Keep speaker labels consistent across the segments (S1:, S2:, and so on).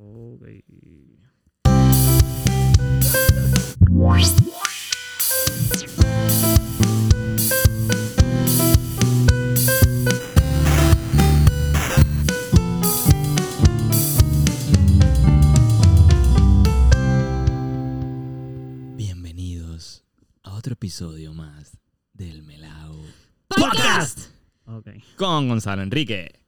S1: Oh,
S2: güey.
S1: Bienvenidos a otro episodio más del Melao
S2: ¡Podcast! Ok.
S1: con Gonzalo Enrique.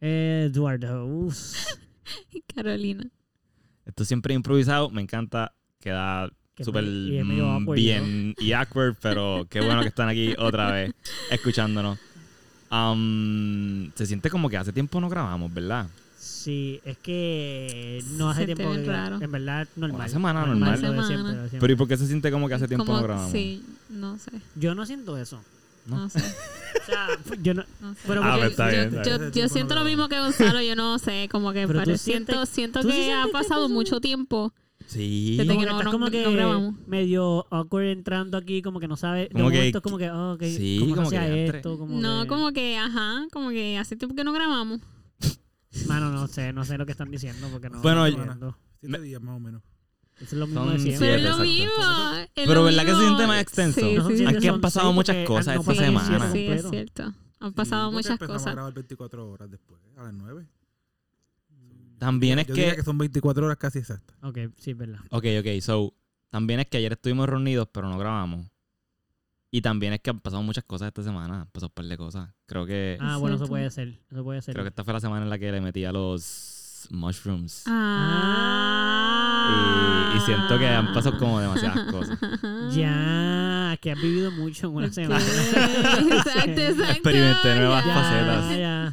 S2: Eduardo. Uf,
S3: Carolina.
S1: Esto siempre improvisado, me encanta, queda
S2: Que es
S1: súper
S2: medio- y es medio
S1: mm,
S2: awkward,
S1: bien y awkward, pero qué bueno que están aquí otra vez escuchándonos. Am, se siente como que hace tiempo no grabamos, ¿verdad?
S2: Sí, es que no
S3: Se
S2: hace
S3: siente
S2: tiempo
S3: bien
S2: que-
S3: raro.
S2: En verdad, normal.
S1: Una semana normal.
S2: lo de siempre,
S3: Una semana.
S2: lo de siempre.
S1: Pero ¿y por qué se siente como que hace tiempo
S3: Como-
S1: no grabamos?
S3: Sí, no sé,
S2: Yo no siento eso.
S1: No.
S3: no, sé,
S2: O sea, pues, yo no...
S3: no sé.
S2: Pero
S1: Ah,
S3: Yo-
S1: pues está
S3: yo,
S1: bien, está
S3: yo-
S4: bien.
S3: yo siento lo mismo que Gonzalo, yo no sé, como que
S2: Pero tú
S3: pare-
S2: sientes-
S3: siento, siento
S2: ¿tú sí
S3: que ha
S2: sientes que
S3: pasado
S2: pasó?
S3: mucho tiempo.
S1: Sí.
S3: Desde
S2: Como
S3: que
S2: que
S3: no-
S2: estás
S3: no-
S2: como
S3: no
S2: que
S3: grabamos.
S2: medio awkward entrando aquí, como que no sabes. De
S1: Como que-
S2: momento es como que, oh, ok,
S1: Sí,
S2: ¿cómo
S1: como
S2: se
S1: que
S2: hace
S1: entre.
S2: esto? Como
S3: No,
S2: que-
S3: como que, ajá, como que hace tiempo que no grabamos.
S2: Mano, no sé, no sé lo que están diciendo porque no...
S1: Bueno,
S2: no
S1: yo-
S2: entiendo.
S4: Siete días más o menos.
S2: Eso es lo mismo
S1: Son
S2: de
S3: Pero
S2: siempre.
S3: es lo
S1: exacto.
S3: mismo. es
S1: Pero
S3: lo
S1: ¿verdad que se siente
S3: mismo.
S1: más extenso?
S3: Sí,
S2: No son
S3: sí,
S2: siete,
S1: Aquí han
S2: son
S1: pasado
S2: seis,
S1: muchas
S2: porque
S1: cosas
S2: han- no
S1: esta
S2: pasan ni siete
S1: semana.
S3: sí, es
S2: completo.
S3: cierto. Han
S4: Sí,
S3: pasado
S4: porque
S3: muchas
S4: empezamos a
S3: cosas.
S4: grabar 24 horas después, a las 9.
S1: También es
S4: Yo diría
S1: que...
S4: que son 24 horas casi exactas.
S2: Ok, sí, es verdad.
S1: Ok, ok, so... También es que ayer estuvimos reunidos, pero no grabamos. Y también es que han pasado muchas cosas esta semana. Han pasado un par de cosas. Creo que...
S2: Ah, bueno, eso
S3: cierto.
S2: puede ser. Eso puede ser.
S1: Creo que esta fue la semana en la que le metí a los mushrooms.
S3: Ah.
S1: Y, y siento que han pasado como demasiadas cosas.
S2: Ya, que has vivido mucho en una
S3: Ah. Ok.
S2: semana.
S3: Exacto, exacto.
S1: Experimenté nuevas
S3: ya.
S1: facetas.
S2: Ya, ya.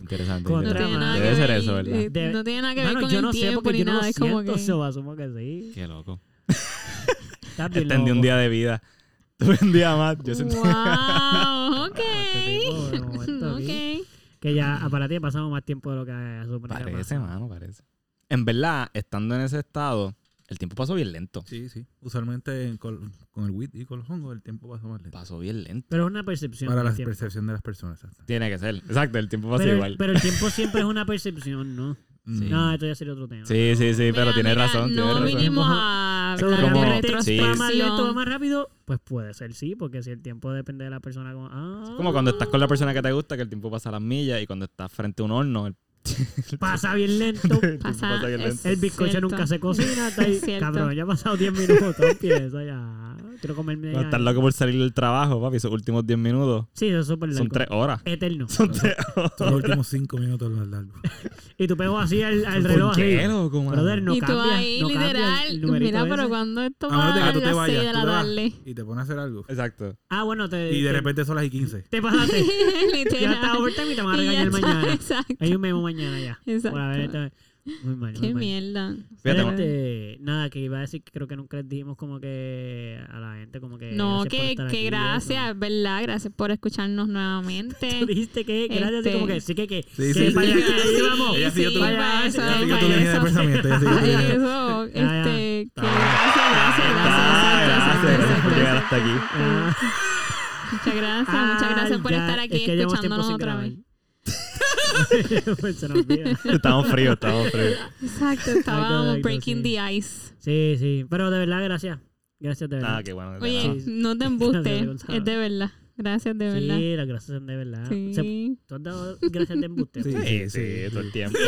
S1: Interesante.
S2: Contra
S1: interesante.
S3: No tiene
S2: Drama.
S3: nada que
S1: Debe ser
S3: ver,
S1: eso, ¿verdad?
S3: eh,
S2: Debe-
S3: No tiene nada que ver
S2: Mano,
S3: con
S2: yo
S3: el
S2: no sé
S3: tiempo
S2: porque
S3: ni
S2: yo no lo
S3: nada. Es como
S2: siento,
S3: que.
S2: so, asumo que sí.
S1: Qué loco.
S2: Estás bien
S1: Extendí un
S2: loco.
S1: día de vida. Tuve un día más. Yo sentí...
S3: Wow, ok.
S2: Este tipo, de momento aquí,
S3: Ok.
S2: Que ya, ah, para ti, pasamos más tiempo de lo que asumimos.
S1: Parece, mano, parece. En verdad, estando en ese estado, el tiempo pasó bien lento.
S4: Sí, sí. Usualmente en col- con el WIT y con los hongos el tiempo pasa más lento.
S1: Pasó bien lento.
S2: Pero es una percepción.
S4: Para
S2: del
S4: la
S2: tiempo.
S4: percepción de las personas. exacto.
S1: Tiene que ser. Exacto, el tiempo pasó
S2: pero,
S1: igual.
S2: pero el tiempo siempre es una percepción, ¿no?
S1: Sí.
S4: Mm.
S2: No, esto ya sería otro tema.
S1: sí, sí, sí, pero
S3: Mira,
S1: tienes
S3: mira,
S1: razón.
S3: No
S1: tienes razón.
S3: vinimos a
S2: Pero
S3: hablar de
S1: como- sí.
S2: ¿Va más lento, va
S3: retrospección.
S2: más rápido? Pues puede ser sí, porque si el tiempo depende de la persona, como. Ah,
S1: Como cuando estás con la persona que te gusta, que el tiempo pasa a las millas, y cuando estás frente a un horno, el
S2: pasa bien lento.
S1: tiempo pasa bien lento.
S2: El bizcocho
S3: Cierto.
S2: nunca se cocina, está ahí.
S3: Es cierto.
S2: Cabrón, ya han pasado 10 minutos, empieza ya. Quiero comerme.
S1: Cuando
S2: ya.
S1: estás loco por salir del trabajo, papi, esos últimos 10 minutos
S2: Sí, eso es súper largo.
S1: son 3 horas.
S2: Eterno.
S4: Son los últimos 5 minutos los largos.
S2: Y tú pego así al, al reloj.
S1: ¿Por
S2: así.
S1: qué, loco, mano?
S2: Brother, no
S3: y tú
S2: cambia,
S3: ahí,
S2: no cambia el
S3: literal.
S2: numerito
S3: Mira, pero
S2: ese.
S3: cuando esto
S4: A menos de
S3: va
S4: que
S3: a
S4: tú te
S3: las 6
S4: vayas,
S3: de
S4: tú
S3: la
S4: te vas
S3: tarde.
S4: y te pones a hacer algo.
S1: Exacto.
S2: Ah, bueno, te.
S4: Y de
S2: te-
S4: repente son las y 15.
S2: Te pasaste.
S3: Literal.
S2: ya está overtime y te van a
S3: Y ya
S2: regañar
S3: está,
S2: mañana.
S3: Exacto.
S2: Hay un memo mañana ya.
S3: Exacto.
S2: Por haber estado- Muy mal. muy
S3: Qué
S2: mal.
S3: mierda.
S2: Pero,
S1: Fíjate,
S2: este, nada, que iba a decir que creo que nunca les dijimos como que a la gente como que... gracias
S3: No,
S2: por
S3: que,
S2: estar
S3: que
S2: aquí,
S3: gracias,
S2: eso.
S3: ¿verdad? Gracias por escucharnos
S2: Tú
S3: nuevamente.
S2: dijiste que gracias, así
S3: Este-
S2: como que sí, que... que
S4: Sí,
S2: que
S4: sí,
S2: para
S4: sí.
S2: allá que íbamos.
S4: Ella siguió tu-
S3: para
S2: Vaya,
S3: eso,
S2: ella siguió
S4: tu
S3: para
S4: línea de
S3: eso.
S4: pensamiento, ella
S5: Ah,
S4: siguió tu línea de-
S3: Eso,
S2: Ya,
S3: este, que
S2: ya.
S3: gracias, gracias,
S1: Ah,
S3: gracias,
S1: gracias
S3: gracias,
S1: por llegar
S3: gracias.
S1: hasta aquí.
S2: Ah,
S3: Muchas gracias, muchas gracias por
S2: ya,
S3: estar
S2: es
S3: aquí
S2: que llevamos tiempo
S3: escuchándonos
S2: sin
S3: otra vez.
S2: grabar. Pues se nos olvida.
S1: Estamos fríos, estamos fríos.
S3: Exacto,
S2: Exacto,
S3: estábamos
S2: sí.
S3: breaking the ice.
S2: Sí, sí, pero de verdad, gracias. Gracias de verdad.
S4: Ah,
S1: Nada, Ah, qué bueno. de nada.
S3: Oye,
S2: Sí.
S3: no te
S2: Gracias,
S3: embustes,
S2: Gonzalo.
S3: es de verdad. Gracias, de verdad.
S2: Sí, las gracias son de verdad. Se-
S3: Sí.
S2: ¿Tú has dado gracias de embuste?
S4: Sí.
S1: Sí, sí, todo el tiempo.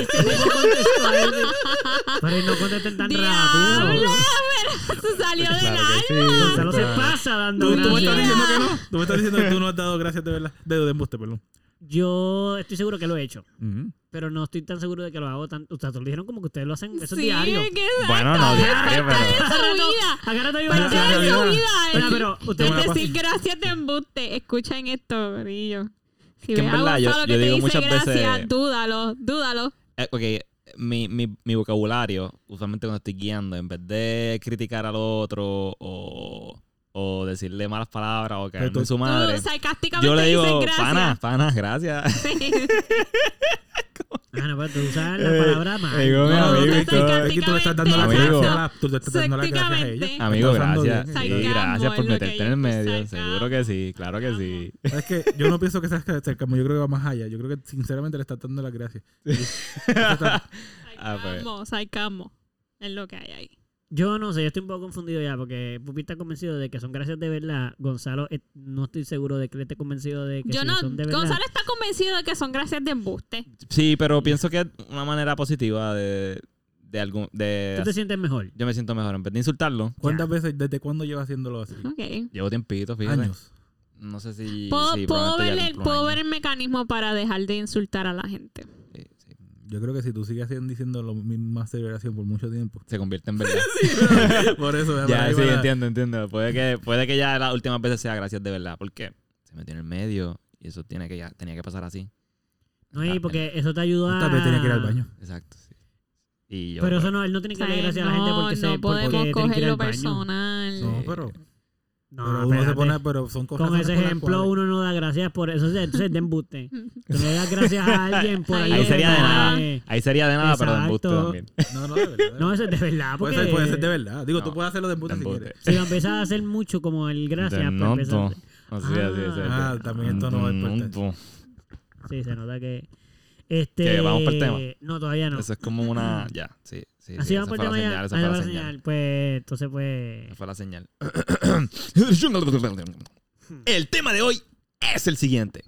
S2: Pero no contesten tan
S3: Ah. ¡Diablo!
S2: rápido.
S3: Pero eso salió del
S1: Claro que sí.
S3: alma.
S2: Gonzalo se pasa dando
S4: Tú, tú me
S2: gracias.
S4: estás diciendo que no. Tú me estás diciendo que tú no has dado gracias de verdad. De, de embuste, perdón.
S2: Yo estoy seguro que lo he hecho, pero no estoy tan seguro de que lo hago tan... Ustedes lo dijeron como que ustedes lo hacen, eso es
S3: Sí,
S2: diario.
S3: que
S1: Bueno, no, diario, pero.
S3: su vida.
S2: Agárrate ahí,
S3: Parte
S4: Gracias,
S3: de su
S4: Gabriela.
S3: vida.
S2: Espera,
S3: es-
S2: pero usted
S3: Es
S4: me la
S3: decir, gracias de embuste. Escuchen esto, gorillo. Si
S1: que en
S3: ves a
S1: verdad yo- yo
S3: Gonzalo que te
S1: digo
S3: dice
S1: muchas veces-
S3: gracias, dúdalo, dúdalo.
S1: Eh, ok, mi, mi, mi vocabulario, usualmente cuando estoy guiando, en vez de criticar al otro o, o decirle malas palabras o caerme
S4: tú-
S1: en su madre,
S3: Tú sarcásticamente
S1: yo le digo,
S3: dices gracias.
S1: panas, panas, gracias.
S3: Sí.
S2: Ah, no, pero tú usas la
S4: Eh,
S2: palabra mal.
S1: Digo,
S4: No,
S1: mi
S4: no,
S1: amigo
S3: tú
S1: y
S3: estás
S1: todo.
S3: sarcásticamente
S4: Aquí tú le estás dando las
S1: Amigo.
S4: gracias. a la- Tú le estás dando las gracias a ella.
S1: Amigo,
S4: Está usando
S1: gracias.
S4: bien.
S1: Sí,
S3: Sarcasmo,
S1: gracias por
S3: es lo que
S1: meterte
S3: yo
S1: en el
S3: estoy
S1: medio.
S3: sacando.
S1: Seguro que sí, claro que sí.
S4: Es que yo no pienso que sea cercamo, yo creo que va más allá. Yo creo que sinceramente le está dando las gracias.
S1: Ah, pues.
S3: Vamos, sarcasmo. Es lo que hay ahí.
S2: Yo no sé, yo estoy un poco confundido ya porque Pupi está convencido de que son gracias de verdad. Gonzalo, eh, no estoy seguro de que él esté convencido de que
S3: Yo
S2: sí
S3: no.
S2: son de verdad.
S3: Gonzalo está convencido de que son gracias de embuste.
S1: Sí, pero pienso que es una manera positiva de, de algún. De,
S2: Tú te sientes mejor.
S1: Yo me siento mejor. En vez de insultarlo,
S4: ¿Cuántas veces, desde cuándo llevas haciéndolo así?
S3: Ok.
S1: llevo tiempito, fíjate.
S4: Años.
S1: No sé si.
S3: Puedo,
S1: sí,
S3: puedo
S1: probablemente
S3: ver,
S1: ya
S3: el,
S1: cumplo un
S3: puedo
S1: año.
S3: ver el mecanismo para dejar de insultar a la gente.
S1: Sí, sí.
S4: Yo creo que si tú sigues haciendo- diciendo la misma aseveración por mucho tiempo.
S1: Se convierte en verdad.
S4: por eso.
S1: ya,
S4: ahí
S1: sí,
S4: va
S2: ah,
S4: la-
S1: entiendo, entiendo. Puede que, puede que ya las últimas veces sea gracias de verdad, porque se metió en el medio y eso tiene que ya, tenía que pasar así.
S2: No, y
S1: Ah,
S2: porque eso te ayuda.
S4: Tal vez tenía que ir al baño.
S1: Exacto, sí. Y yo, pues,
S2: Pero eso no, él no tiene que darle
S3: O sea,
S2: gracias a la gente
S3: no,
S2: porque se
S3: no
S2: porque
S3: podemos
S2: tiene que ir
S3: cogerlo
S2: al baño.
S3: personal.
S4: No, pero,
S2: No,
S4: pero uno se
S2: espérate.
S4: pone, pero son cosas.
S2: Con ese
S4: por las
S2: ejemplo,
S4: cuales-
S2: uno no da gracias por eso. se es de embuste. Tú no le das gracias a alguien por
S3: Ahí
S1: ahí
S2: algo
S1: sería de
S2: que
S1: nada.
S2: no es.
S1: Ahí sería de nada, pero de embuste
S2: Exacto.
S1: también.
S4: No, no, de verdad, de verdad.
S2: No, eso es de verdad. Porque
S4: puede, ser, puede ser de verdad. Digo,
S1: No,
S4: tú puedes hacerlo de puta
S1: De
S4: si
S1: embuste.
S4: quieres.
S2: Si lo empiezas a hacer mucho como el gracias,
S1: De
S2: pues
S1: noto.
S2: empiezas-
S1: Así, así, así, así.
S4: Ah, también esto no va a importar.
S1: Noto.
S2: Sí, se nota que. Este,
S1: Que vamos para el tema.
S2: No, todavía no.
S1: Eso es como una. Ya, sí. sí,
S2: Así
S1: sí,
S2: vamos
S1: esa
S2: por
S1: fue
S2: el tema
S1: la
S2: ya.
S1: señal. Esa
S2: Ahí
S1: fue
S2: va
S1: la
S2: la
S1: señal.
S2: señal. Pues, entonces, pues.
S1: Esa fue la señal. El tema de hoy es el siguiente.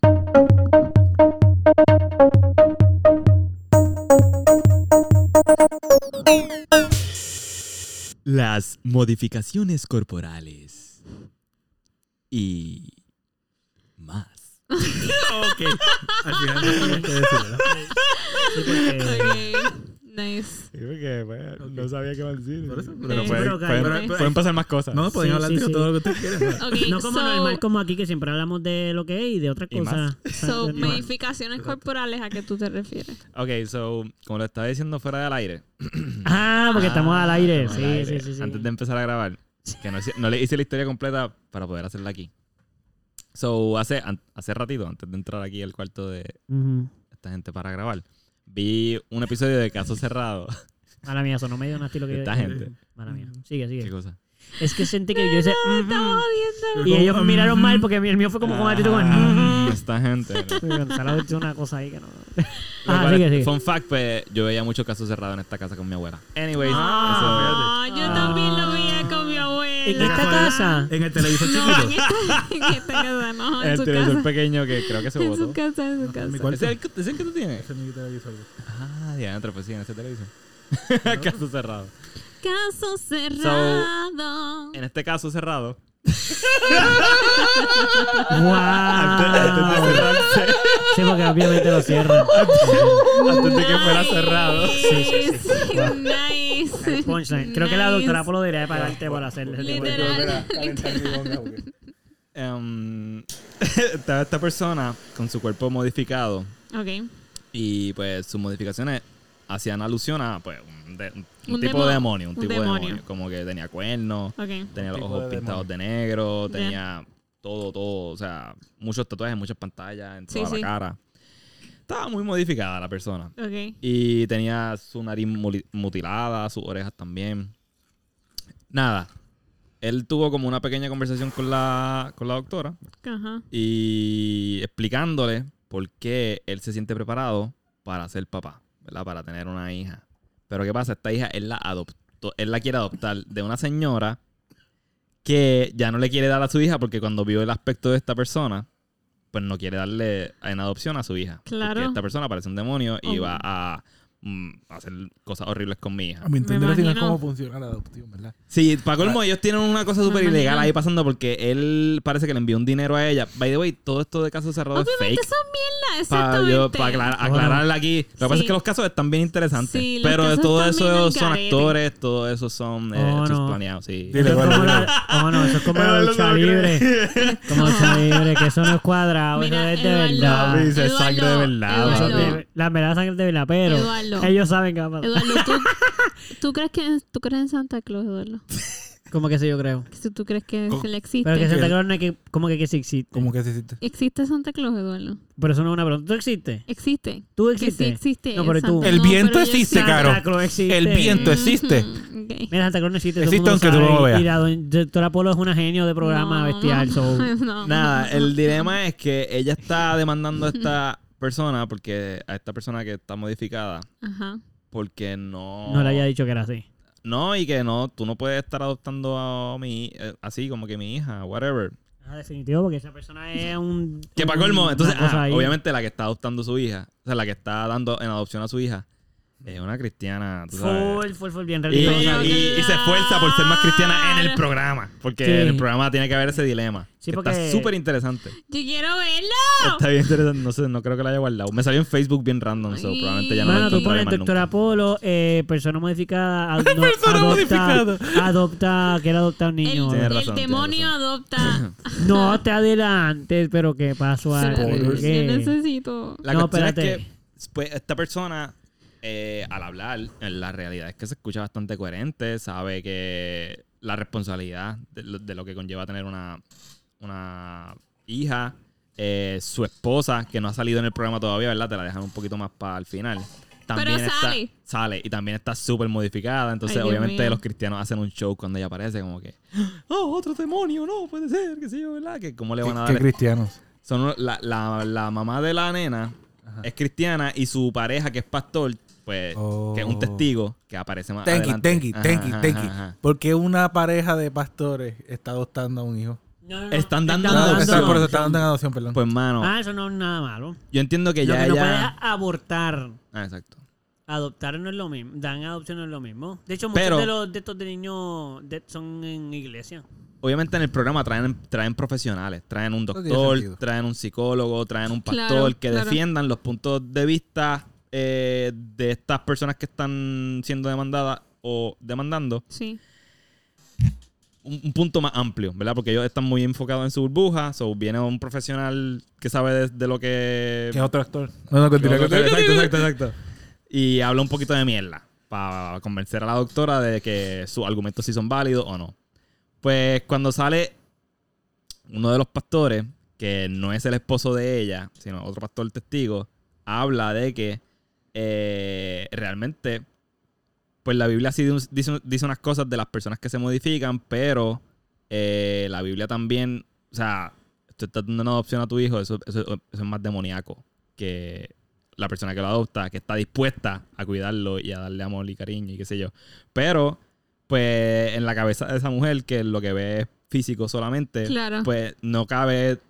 S1: Las modificaciones corporales. Y más.
S4: ok. Al final no tienes que decirlo.
S2: Sí, porque-
S3: Ok, Nice.
S1: pues, no sabía qué iba a decir.
S4: Por eso,
S1: pero
S4: pero-
S1: pueden,
S2: pero-
S1: pueden-
S4: pero- pero-
S1: pueden pasar más cosas.
S4: No, pueden
S2: Sí,
S4: hablar
S2: sí,
S4: de
S2: sí.
S4: todo lo que ustedes quieran. ¿verdad?
S3: Ok,
S2: No como
S3: so-
S2: normal, como aquí que siempre hablamos de lo que es y de otras
S1: Y más.
S2: cosas.
S3: So,
S2: Ah, de-
S3: modificaciones corporales, ¿a qué tú te refieres?
S2: Mm.
S1: Ok, so, como lo estaba diciendo fuera del aire.
S2: Ah, porque estamos al aire.
S1: estamos
S2: Sí,
S1: al
S2: sí,
S1: aire.
S2: sí, sí.
S1: Antes de empezar a grabar. Que no, hice- no le hice la historia completa para poder hacerla aquí. So, hace, an- hace ratito, antes de entrar aquí al cuarto de
S2: Ujú.
S1: esta gente para grabar, vi un episodio de Caso Cerrado.
S2: Mala mía, sonó medio nasty lo que
S1: De
S2: yo
S1: esta gente.
S2: Mala mía. Sigue,
S1: ¿Qué
S2: sigue.
S1: cosa?
S2: Es que sentí que yo hice.
S3: Estamos
S2: ujú,
S3: viendo.
S2: Y ellos me miraron mal porque el mío fue como con actitud con.
S1: Mm-hmm. Ah,
S2: ujú.
S1: Esta gente. ¿no?
S2: Sí, Gonzalo hizo una cosa ahí que no.
S1: Lo
S2: Ah,
S1: cual,
S2: sigue, sigue.
S1: Fun fact, pues, yo veía mucho Caso Cerrado en esta casa con mi abuela. Anyways,
S2: Ah.
S3: Ah, yo también lo veía con mi abuela.
S2: ¿En esta casa?
S4: En el televisor
S3: No, en
S4: chiquito.
S3: esta, en esta casa,
S1: eso-
S3: no, en
S1: el
S3: su
S1: televisor
S3: casa.
S1: pequeño que creo que se
S3: En
S1: botó.
S3: su casa,
S2: Ah,
S3: en su
S4: Mi
S3: casa.
S1: ¿Ese
S4: cuarto.
S1: es el que- ese es el que tú tienes?
S4: Ese es mi televisor.
S1: Ah, Diana, pues sí, en ese televisor. caso cerrado.
S3: Caso cerrado.
S1: En este caso cerrado.
S2: Ah.
S1: Antes de
S2: ¡Wow!
S1: cerrarse.
S2: Sí, porque obviamente lo cierran.
S1: Antes de que fuera cerrado.
S2: Sí, sí, sí.
S3: Nice.
S2: Punchline. Creo que la doctora Polo debería pagarte por hacer ese tipo de
S3: Literal.
S1: Em, estaba esta persona con su cuerpo modificado.
S3: Ok.
S1: Y pues sus modificaciones hacían alusión a pues, un, de- un
S3: Un
S1: tipo
S3: demo-
S1: de demonio. Un
S3: un
S1: tipo de
S3: demonio.
S1: demonio. Como que tenía cuernos,
S3: Ok.
S1: tenía los
S4: tipo
S1: ojos
S4: de
S1: pintados de negro, tenía todo, todo. O sea, muchos tatuajes, muchas pantallas en
S3: Sí,
S1: toda
S3: sí.
S1: la cara. Estaba muy modificada la persona.
S3: Ok.
S1: Y tenía su nariz muli- mutilada, sus orejas también. Nada. Él tuvo como una pequeña conversación con la, con la doctora
S3: Ajá.
S1: y explicándole por qué él se siente preparado para ser papá, ¿verdad? Para tener una hija. Pero ¿qué pasa? Esta hija él la adoptó, él la quiere adoptar de una señora que ya no le quiere dar a su hija porque cuando vio el aspecto de esta persona, pues no quiere darle en adopción a su hija.
S3: Claro.
S1: Porque esta persona parece un demonio y
S3: Oh.
S1: va a mm, hacer cosas horribles con mi hija.
S4: A mi entender, así no es cómo
S3: imagino.
S4: funciona la adopción, ¿verdad?
S1: Sí, para colmo, ellos tienen una cosa súper
S3: Mamá,
S1: ilegal
S3: mamá.
S1: ahí pasando porque él parece que le envió un dinero a ella. By the way, todo esto de casos
S3: Ah,
S1: cerrados es fake.
S3: Obviamente son mierda,
S1: Para
S3: exactamente.
S1: aclararle aquí. Lo que pasa es
S3: Sí.
S1: que los casos están bien interesantes.
S3: Sí, los
S1: pero
S3: casos
S1: todo
S3: están bien
S1: eso
S3: al
S1: son
S3: garete.
S1: actores, todo eso son eh,
S2: Oh,
S1: eso es
S2: no.
S1: planeado, sí.
S4: Sí,
S2: Eso es
S4: Dile,
S2: como
S4: Bárbara.
S2: la- oh, no, eso es como la
S1: Él no se
S2: lucha
S1: lo cree.
S2: libre. Como lucha libre, que eso no es cuadrado,
S3: Mira,
S2: eso Ah, es de verdad.
S1: Dice,
S3: Eduardo,
S1: sangre de verdad,
S2: Eso es
S3: Eduardo,
S2: de- la amenaza es de verdad, pero
S3: Eduardo.
S2: ellos saben que va a pasar.
S3: Eduardo, ¿tú, ¿tú, crees que, ¿tú crees en Santa Claus, Eduardo?
S2: Como que sí, yo creo.
S3: Que Si tú crees que
S4: Co-
S3: se le
S2: Pero que
S3: existe.
S2: Santa Claus no es que, como que, que sí existe.
S4: Como que se siente.
S3: ¿Existe Santa Claus, Eduardo?
S2: Pero eso no es una pregunta. ¿Tú existes?
S3: Existe.
S2: ¿Tú
S3: Que sí
S2: existes?
S3: existe.
S2: No, pero
S3: Santa-
S2: tú-
S4: El
S3: No,
S4: viento
S3: pero yo
S4: existe,
S3: existo.
S4: Caro.
S2: Santa Claus existe.
S4: El viento existe.
S3: Mm, ok.
S2: Mira, Santa Claus no existe. todo el
S4: Existe
S2: mundo
S4: aunque tú no
S2: sabe,
S4: lo veas.
S2: Y la doña- doctora Polo es una genio de programa
S3: No,
S2: bestial.
S3: no,
S2: so-
S3: no.
S1: Nada, el dilema es que ella está demandando a esta persona porque a esta persona que está modificada
S3: Ajá.
S1: porque no...
S2: No le había dicho que era así.
S1: No, y que no, tú no puedes estar adoptando a mi... eh, así como que mi hija, whatever.
S2: Ah, definitivo, porque esa persona es un.
S1: Que para
S2: un-
S1: colmo,
S2: una
S1: entonces,
S2: cosa
S1: ah,
S2: ahí.
S1: obviamente la que está adoptando su hija, o sea, la que está dando en adopción a su hija, es una cristiana, tú sabes.
S2: Full, full, full, bien
S1: Y, y-
S2: religiosa.
S1: y- y se esfuerza por ser más cristiana en el programa. Porque
S2: Sí.
S1: en el programa tiene que haber ese dilema.
S2: Sí,
S1: que
S2: porque-
S1: Está súper interesante.
S3: Yo quiero verlo.
S1: Está bien interesante. No sé, no creo que la haya guardado. Me salió en Facebook bien random, so
S3: Ay.
S1: probablemente ya no
S2: Mano,
S1: la
S2: tú pones
S1: encontraré más
S2: Doctor
S1: nunca.
S2: Apolo, eh, persona modificada, ad- no-
S4: Persona
S2: adopta,
S4: modificada.
S2: adopta, quiere adoptar un niño.
S3: el,
S1: Tienes
S3: el
S1: razón, tienes
S3: demonio
S1: razón.
S3: adopta.
S2: No te adelantes, pero qué pasó ahí.
S3: Yo
S1: Spoilers.
S2: ¿Qué?
S3: necesito.
S1: La
S2: No,
S1: cuestión es
S2: espérate.
S1: que pues, esta persona, eh, al hablar, en la realidad es que se escucha bastante coherente, sabe que la responsabilidad de lo, de lo que conlleva tener una, una hija, eh, su esposa, que no ha salido en el programa todavía, ¿verdad? Te la dejan un poquito más para el final. También
S3: Pero
S1: está-
S3: sale.
S1: Sale y también está súper modificada. Entonces,
S3: Ay, Dios
S1: obviamente,
S3: mío.
S1: los cristianos hacen un show cuando ella aparece, como que, oh, otro demonio, no, puede ser, que sí, ¿verdad? Que cómo le van a dar
S5: Qué cristianos.
S1: son uno- la, la- la mamá de la nena
S5: Ajá.
S1: es cristiana y su pareja que es pastor pues
S5: Oh.
S1: que es un testigo que aparece más
S5: Thank you,
S1: adelante
S5: thank you,
S1: Ajá,
S5: thank you,
S1: ajá,
S5: thank
S1: ajá,
S5: you.
S1: ajá.
S5: ¿Por qué una pareja de pastores está adoptando a un hijo?
S2: No, no, no.
S1: están dando
S2: Están
S5: No,
S1: adopción.
S5: está- por eso está dando en adopción, perdón.
S1: pues mano
S2: Ah, eso no es nada malo.
S1: yo entiendo que
S2: Lo
S1: ya
S2: que no
S1: ella-
S2: puedes abortar.
S1: ah, exacto
S2: Adoptar no es lo mismo. Dan adopción no es lo mismo. De hecho, muchos
S1: Pero-
S2: de, los, de estos de niños de- son en iglesia.
S1: obviamente en el programa traen traen profesionales traen un
S5: tiene
S1: doctor
S5: sentido.
S1: traen un psicólogo traen un pastor
S3: Claro,
S1: que
S3: claro.
S1: defiendan los puntos de vista eh, de estas personas que están siendo demandadas o demandando
S3: Sí.
S1: un, un punto más amplio, ¿verdad? Porque ellos están muy enfocados en su burbuja. So, viene un profesional que sabe de, de lo que.
S5: ¿Qué otro actor? No, no, continúa,
S1: Exacto,
S5: continúa.
S1: exacto, exacto, exacto. Y habla un poquito de mierda. Para convencer a la doctora de que sus argumentos sí son válidos o no. Pues cuando sale uno de los pastores, que no es el esposo de ella, sino otro pastor testigo, habla de que eh, realmente, pues la Biblia sí dice- dice, dice unas cosas de las personas que se modifican, pero eh, la Biblia también, o sea, tú estás dando una adopción a tu hijo, eso, eso- eso es más demoníaco que la persona que lo adopta, que está dispuesta a cuidarlo y a darle amor y cariño y qué sé yo. Pero, pues, en la cabeza de esa mujer que lo que ve es físico solamente,
S3: Claro.
S1: pues no cabe,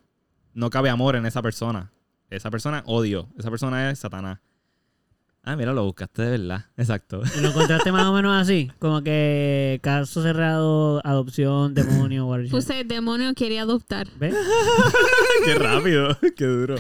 S1: no cabe amor en esa persona. Esa persona odio. Esa persona es Satanás. Ah, mira, lo buscaste de verdad. Exacto.
S2: Y lo encontraste más o menos así. Como que caso cerrado, adopción, demonio, whatever.
S3: Puse demonio quiere adoptar.
S2: ¿Ves?
S1: qué rápido, qué duro.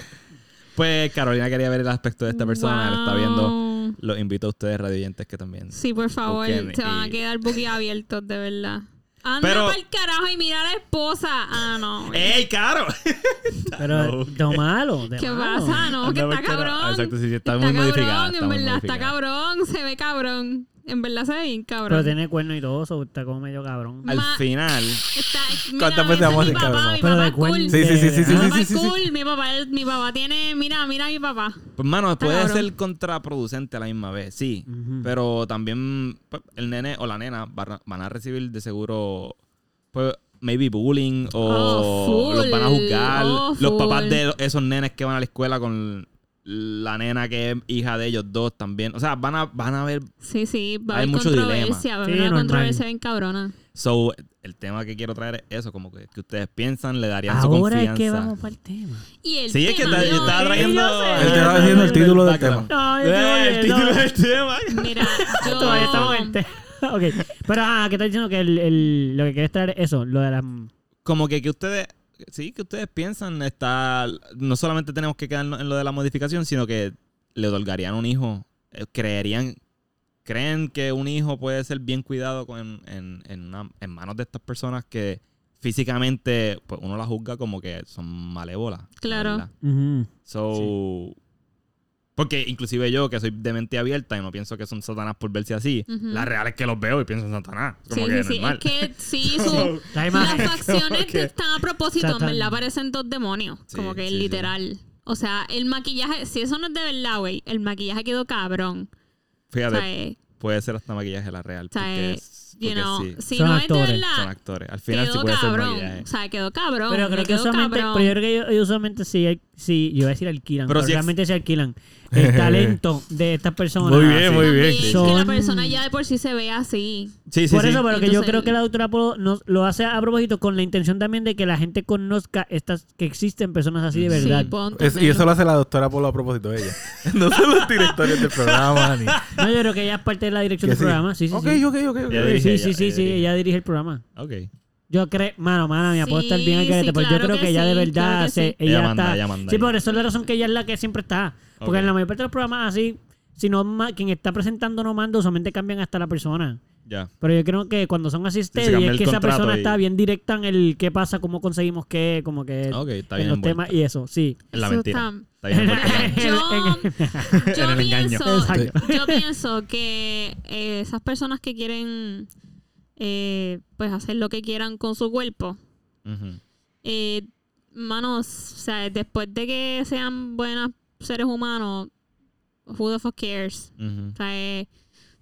S1: Pues Carolina quería ver el aspecto de esta persona, lo está viendo.
S3: Wow.
S1: Los invito a ustedes, radioyentes, que también.
S3: Sí, por favor,
S1: Busquen
S3: se van a
S1: y-
S3: quedar boquiabiertos, de verdad. Anda
S1: Pero- Eh,
S3: para el carajo y mira a la esposa. Ah, no.
S1: ¡Ey, Caro!
S2: Pero
S1: Ok.
S2: lo malo. de
S3: ¿Qué
S2: malo.
S3: pasa? No, que
S1: Anda, porque
S3: está
S1: era-
S3: cabrón.
S1: Ah, Exacto, sí, sí, está,
S3: Está
S1: muy
S3: cabrón,
S1: modificada.
S3: en
S1: muy
S3: verdad, está
S1: modificada.
S3: cabrón. Se ve cabrón. En verdad se ve bien
S2: Pero
S3: cabrón.
S2: tiene cuerno y todo, so, está como medio cabrón.
S1: Al
S3: Ma-
S1: final,
S3: Está, mira,
S5: ¿Cuántas veces
S3: ese es
S5: vamos a
S3: mi
S5: decir
S3: papá,
S5: cabrón?
S3: mi
S2: Pero
S3: papá
S2: de
S3: es
S2: cuerno.
S3: cool.
S5: Sí, sí, sí, sí,
S3: Mi
S5: sí,
S3: papá
S5: sí,
S3: es
S5: sí, sí.
S3: cool. Mi papá, mi papá tiene... Mira, mira a mi papá.
S1: pues, mano, puede
S3: cabrón.
S1: ser contraproducente a la misma vez, sí.
S2: Ujú.
S1: Pero también pues, el nene o la nena van a, van a recibir de seguro, pues, maybe bullying o
S3: Oh,
S1: los
S3: full.
S1: van a juzgar.
S3: Oh,
S1: los papás
S3: full.
S1: de esos nenes que van a la escuela con la nena que es hija de ellos dos también. O sea, van a, van a ver.
S3: Sí, sí. Va a
S1: Hay
S3: haber
S1: mucho dilema.
S3: controversia. Va a haber
S2: Sí,
S3: una
S2: normal.
S3: controversia bien cabrona.
S1: So, el tema que quiero traer es eso, como que, que ustedes piensan, le darían su
S2: Ah, Ahora
S1: confianza.
S2: es que vamos para el tema.
S3: Y el
S1: Sí, es que
S3: tema
S1: está-
S3: de
S1: yo
S3: hoy-
S1: estaba trayendo.
S5: Él te estaba diciendo el título del tema.
S2: No, yo estoy
S1: Eh, el título
S2: oyendo.
S1: del tema.
S3: Mira, yo...
S2: Todavía estamos en tema. Ok. Pero, ah, ¿qué estás diciendo? Que el, el- lo que quieres traer es eso, lo de las...
S1: como que, que ustedes, sí, que ustedes piensan está, no solamente tenemos que quedarnos en lo de la modificación, sino que le otorgarían un hijo, eh, creerían, creen que un hijo puede ser bien cuidado con, en, en, una- en manos de estas personas que físicamente, pues uno las juzga como que son malévolas.
S3: Claro.
S1: ¿verdad?
S2: Ujú.
S1: So, porque inclusive yo, que soy de mente abierta y no pienso que son satanás por verse así,
S3: Ujú.
S1: la real es que los veo y pienso en satanás.
S3: Sí,
S1: Como que
S3: sí, sí.
S1: normal.
S3: Es que sí, su...
S2: La
S3: Las
S2: imagen.
S3: facciones
S1: que-
S3: están a propósito, en
S2: Satán.
S3: verdad parecen dos demonios.
S1: Sí,
S3: como
S1: sí,
S3: que
S1: sí.
S3: literal. O sea, el maquillaje, si eso no es de verdad, güey, el maquillaje quedó cabrón. O
S1: Fíjate,
S3: sea, eh,
S1: Puede ser hasta maquillaje la real.
S3: sea,
S1: Porque
S3: eh,
S1: es-
S3: you
S1: Porque
S3: know,
S1: sí,
S3: si
S2: son
S3: no
S2: actores,
S3: es de
S1: Son
S3: verdad,
S1: actores. Al final sí
S3: quedó
S1: puede ser
S3: cabrón.
S1: maquillaje.
S3: O sea, quedó cabrón.
S2: Pero creo
S3: le
S2: que
S3: quedó
S2: usualmente,
S3: cabrón.
S2: pero yo creo que ellos- ellos usualmente sí, hay- sí, yo voy a decir alquilan,
S1: Pero
S2: pero,
S1: si ex-
S2: realmente se alquilan. El talento de estas personas. Ah,
S1: Muy bien, muy bien.
S3: También
S2: sí.
S3: que la
S2: Son-
S3: persona ya de por sí se ve así.
S1: Sí, sí,
S2: Por
S1: sí.
S2: eso, pero que yo
S3: Entonces-
S2: creo que la doctora Polo nos- lo hace a propósito con la intención también de que la gente conozca estas que existen personas así de verdad.
S3: Sí, punto,
S5: Es- y
S3: negro.
S5: eso lo hace la doctora Polo a propósito de ella. No son los directores del programa ni.
S2: No, yo creo que ella es parte de la dirección
S5: que
S2: del
S5: sí.
S2: programa. Sí, sí,
S5: ok,
S2: sí.
S5: ok, ok. ok.
S1: Ya dije,
S2: sí,
S1: ella-
S2: sí, sí,
S1: ella
S2: sí,
S1: dirige.
S2: ella dirige el programa.
S1: Ok.
S2: Yo creo, mano, mano, me puedo estar bien al
S3: Sí,
S2: garete,
S3: sí,
S2: pero yo
S3: claro
S2: creo que,
S3: que
S2: ella de
S3: sí,
S2: verdad
S3: claro que
S2: se-
S3: sí.
S2: ella,
S1: Ella manda,
S2: está.
S1: ella manda,
S2: sí,
S1: ella
S2: por
S1: manda.
S2: eso es la razón que ella es la que siempre está. Porque
S1: Ok.
S2: en la mayor parte de los programas así, si no ma- quien está presentando no manda, usualmente cambian hasta la persona.
S1: Ya.
S2: Pero yo creo que cuando son así ustedes,
S1: cambia
S2: es
S1: el
S2: que esa
S1: contrato
S2: persona
S1: y-
S2: está bien directa en el qué pasa, cómo conseguimos qué, como que
S1: Ok, está
S2: en
S1: bien.
S2: los
S1: envuelta.
S2: temas y eso, sí.
S1: En la
S3: Eso
S1: mentira. Está
S3: está-
S1: bien. envuelta.
S3: Yo,
S1: En
S3: yo
S1: el engaño.
S3: pienso,
S2: Exacto.
S3: yo pienso que eh, esas personas que quieren eh, pues hacer lo que quieran con su cuerpo,
S1: Ujú.
S3: eh, manos, o sea, después de que sean buenos seres humanos, who the fuck cares?
S1: Ujú.
S3: O sea, eh,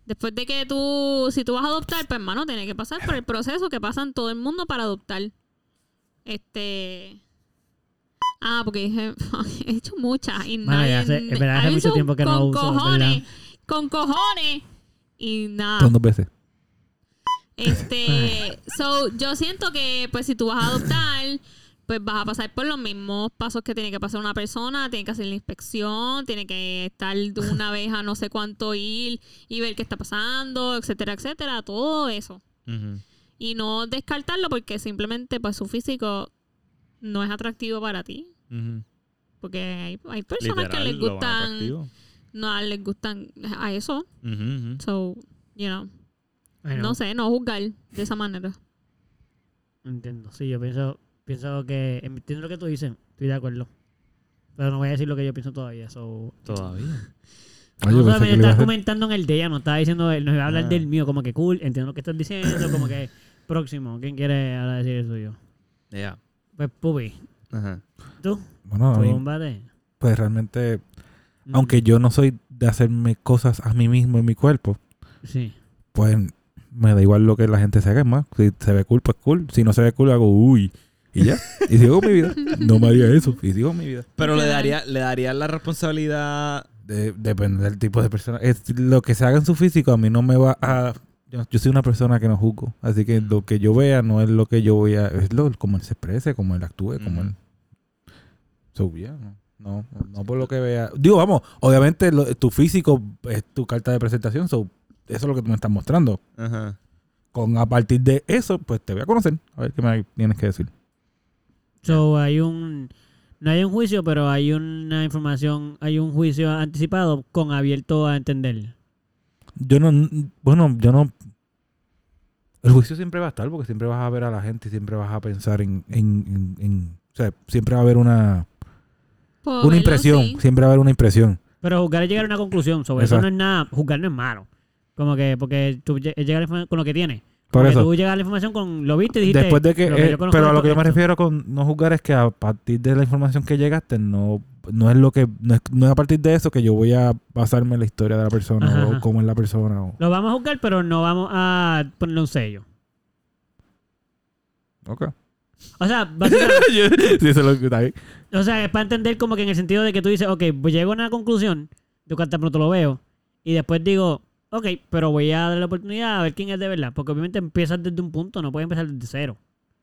S3: después de que tú, si tú vas a adoptar, pues hermano, tiene que pasar por el proceso que pasan todo el mundo para adoptar. Este. Ah, porque dije, he hecho muchas. Y
S2: Mano, ya
S3: nadie-
S2: hace- es verdad, hace
S3: a mí
S2: mucho
S3: son
S2: tiempo que no
S3: con
S2: uso,
S3: cojones,
S2: ¿verdad?
S3: con cojones. Y nada.
S5: Son dos veces.
S3: Este, so, yo siento que, pues, si tú vas a adoptar, pues vas a pasar por los mismos pasos que tiene que pasar una persona, tiene que hacer la inspección, tiene que estar de una vez a no sé cuánto ir y ver qué está pasando, etcétera, etcétera, todo eso.
S1: Ujú.
S3: Y no descartarlo porque simplemente, pues, su físico no es atractivo para ti.
S1: Ujú.
S3: Porque hay, hay personas
S1: Literal,
S3: que les
S1: lo más
S3: gustan,
S1: atractivo.
S3: no les gustan a eso.
S1: Ujú, ujú.
S3: So, you know,
S2: Bueno,
S3: no sé, no juzgar de esa manera.
S2: Entiendo, sí, yo pienso, pienso que, entiendo lo que tú dices, estoy de acuerdo. Pero no voy a decir lo que yo pienso todavía, so...
S1: Todavía.
S2: No, o sea, me estaba comentando en el de ella, no estaba diciendo, él, nos iba a hablar
S1: Ah.
S2: del mío, como que cool, entiendo lo que estás diciendo, como que próximo, ¿quién quiere ahora decir el suyo?
S1: Ya.
S2: Pues Pupi,
S1: Ajá.
S2: tú,
S5: Bueno, a mí,
S2: combate.
S5: pues realmente, Ah,
S2: Mm,
S5: aunque yo no soy de hacerme cosas a mí mismo en mi cuerpo,
S2: Sí.
S5: pues me da igual lo que la gente se haga, es más. Si se ve cool, pues cool. Si no se ve cool, hago uy. Y ya. Y sigo mi vida. No me haría eso. Y sigo mi vida.
S1: Pero le
S3: Literal.
S1: daría, le daría la responsabilidad.
S5: De- depende del tipo de persona. Es, lo que se haga en su físico a mí no me va a... Yo, yo soy una persona que no juzgo. Así que lo que yo vea no es lo que yo voy a... Es lo, como él se exprese, como él actúe, como
S1: Ujú.
S5: él... So, yeah, no, no, no por lo que vea. Digo, vamos, obviamente lo- tu físico es tu carta de presentación. So, eso es lo que tú me estás mostrando.
S1: Ajá.
S5: Con, a partir de eso, pues te voy a conocer. A ver qué me tienes que decir.
S2: So, hay un, no hay un juicio, pero hay una información, hay un juicio anticipado con abierto a entender.
S5: Yo no, bueno, yo no. El juicio siempre va a estar porque siempre vas a ver a la gente y siempre vas a pensar en, en, en- en- o sea, siempre va a haber una,
S3: Puedo
S5: una
S3: verlo,
S5: impresión,
S3: sí.
S5: siempre va a haber una impresión.
S2: Pero juzgar es llegar a una conclusión, sobre eso
S5: Exacto.
S2: no es nada, juzgar no es malo. Como que, porque tú lle- es llegar a la informa- con lo que tienes.
S5: Por
S2: Como que
S5: eso,
S2: tú llegas a la información con, lo viste y dijiste.
S5: después de que,
S2: lo que
S5: eh,
S2: yo conozco
S5: pero a
S2: de
S5: lo que yo me
S2: esto.
S5: refiero con no juzgar es que a partir de la información que llegaste no, no es lo que, no es, no es a partir de eso que yo voy a basarme en la historia de la persona
S2: Ajá,
S5: o
S2: ajá.
S5: cómo es la persona o,
S2: Lo vamos a juzgar, pero no vamos a ponerle un sello.
S5: Ok.
S2: O sea, básicamente,
S5: Sí, eso es lo que está bien.
S2: o sea, es para entender como que en el sentido de que tú dices, ok, pues llego a una conclusión, yo hasta pronto lo veo, y después digo, ok, pero voy a darle la oportunidad a ver quién es de verdad, porque obviamente empiezas desde un punto, no puedes empezar desde cero.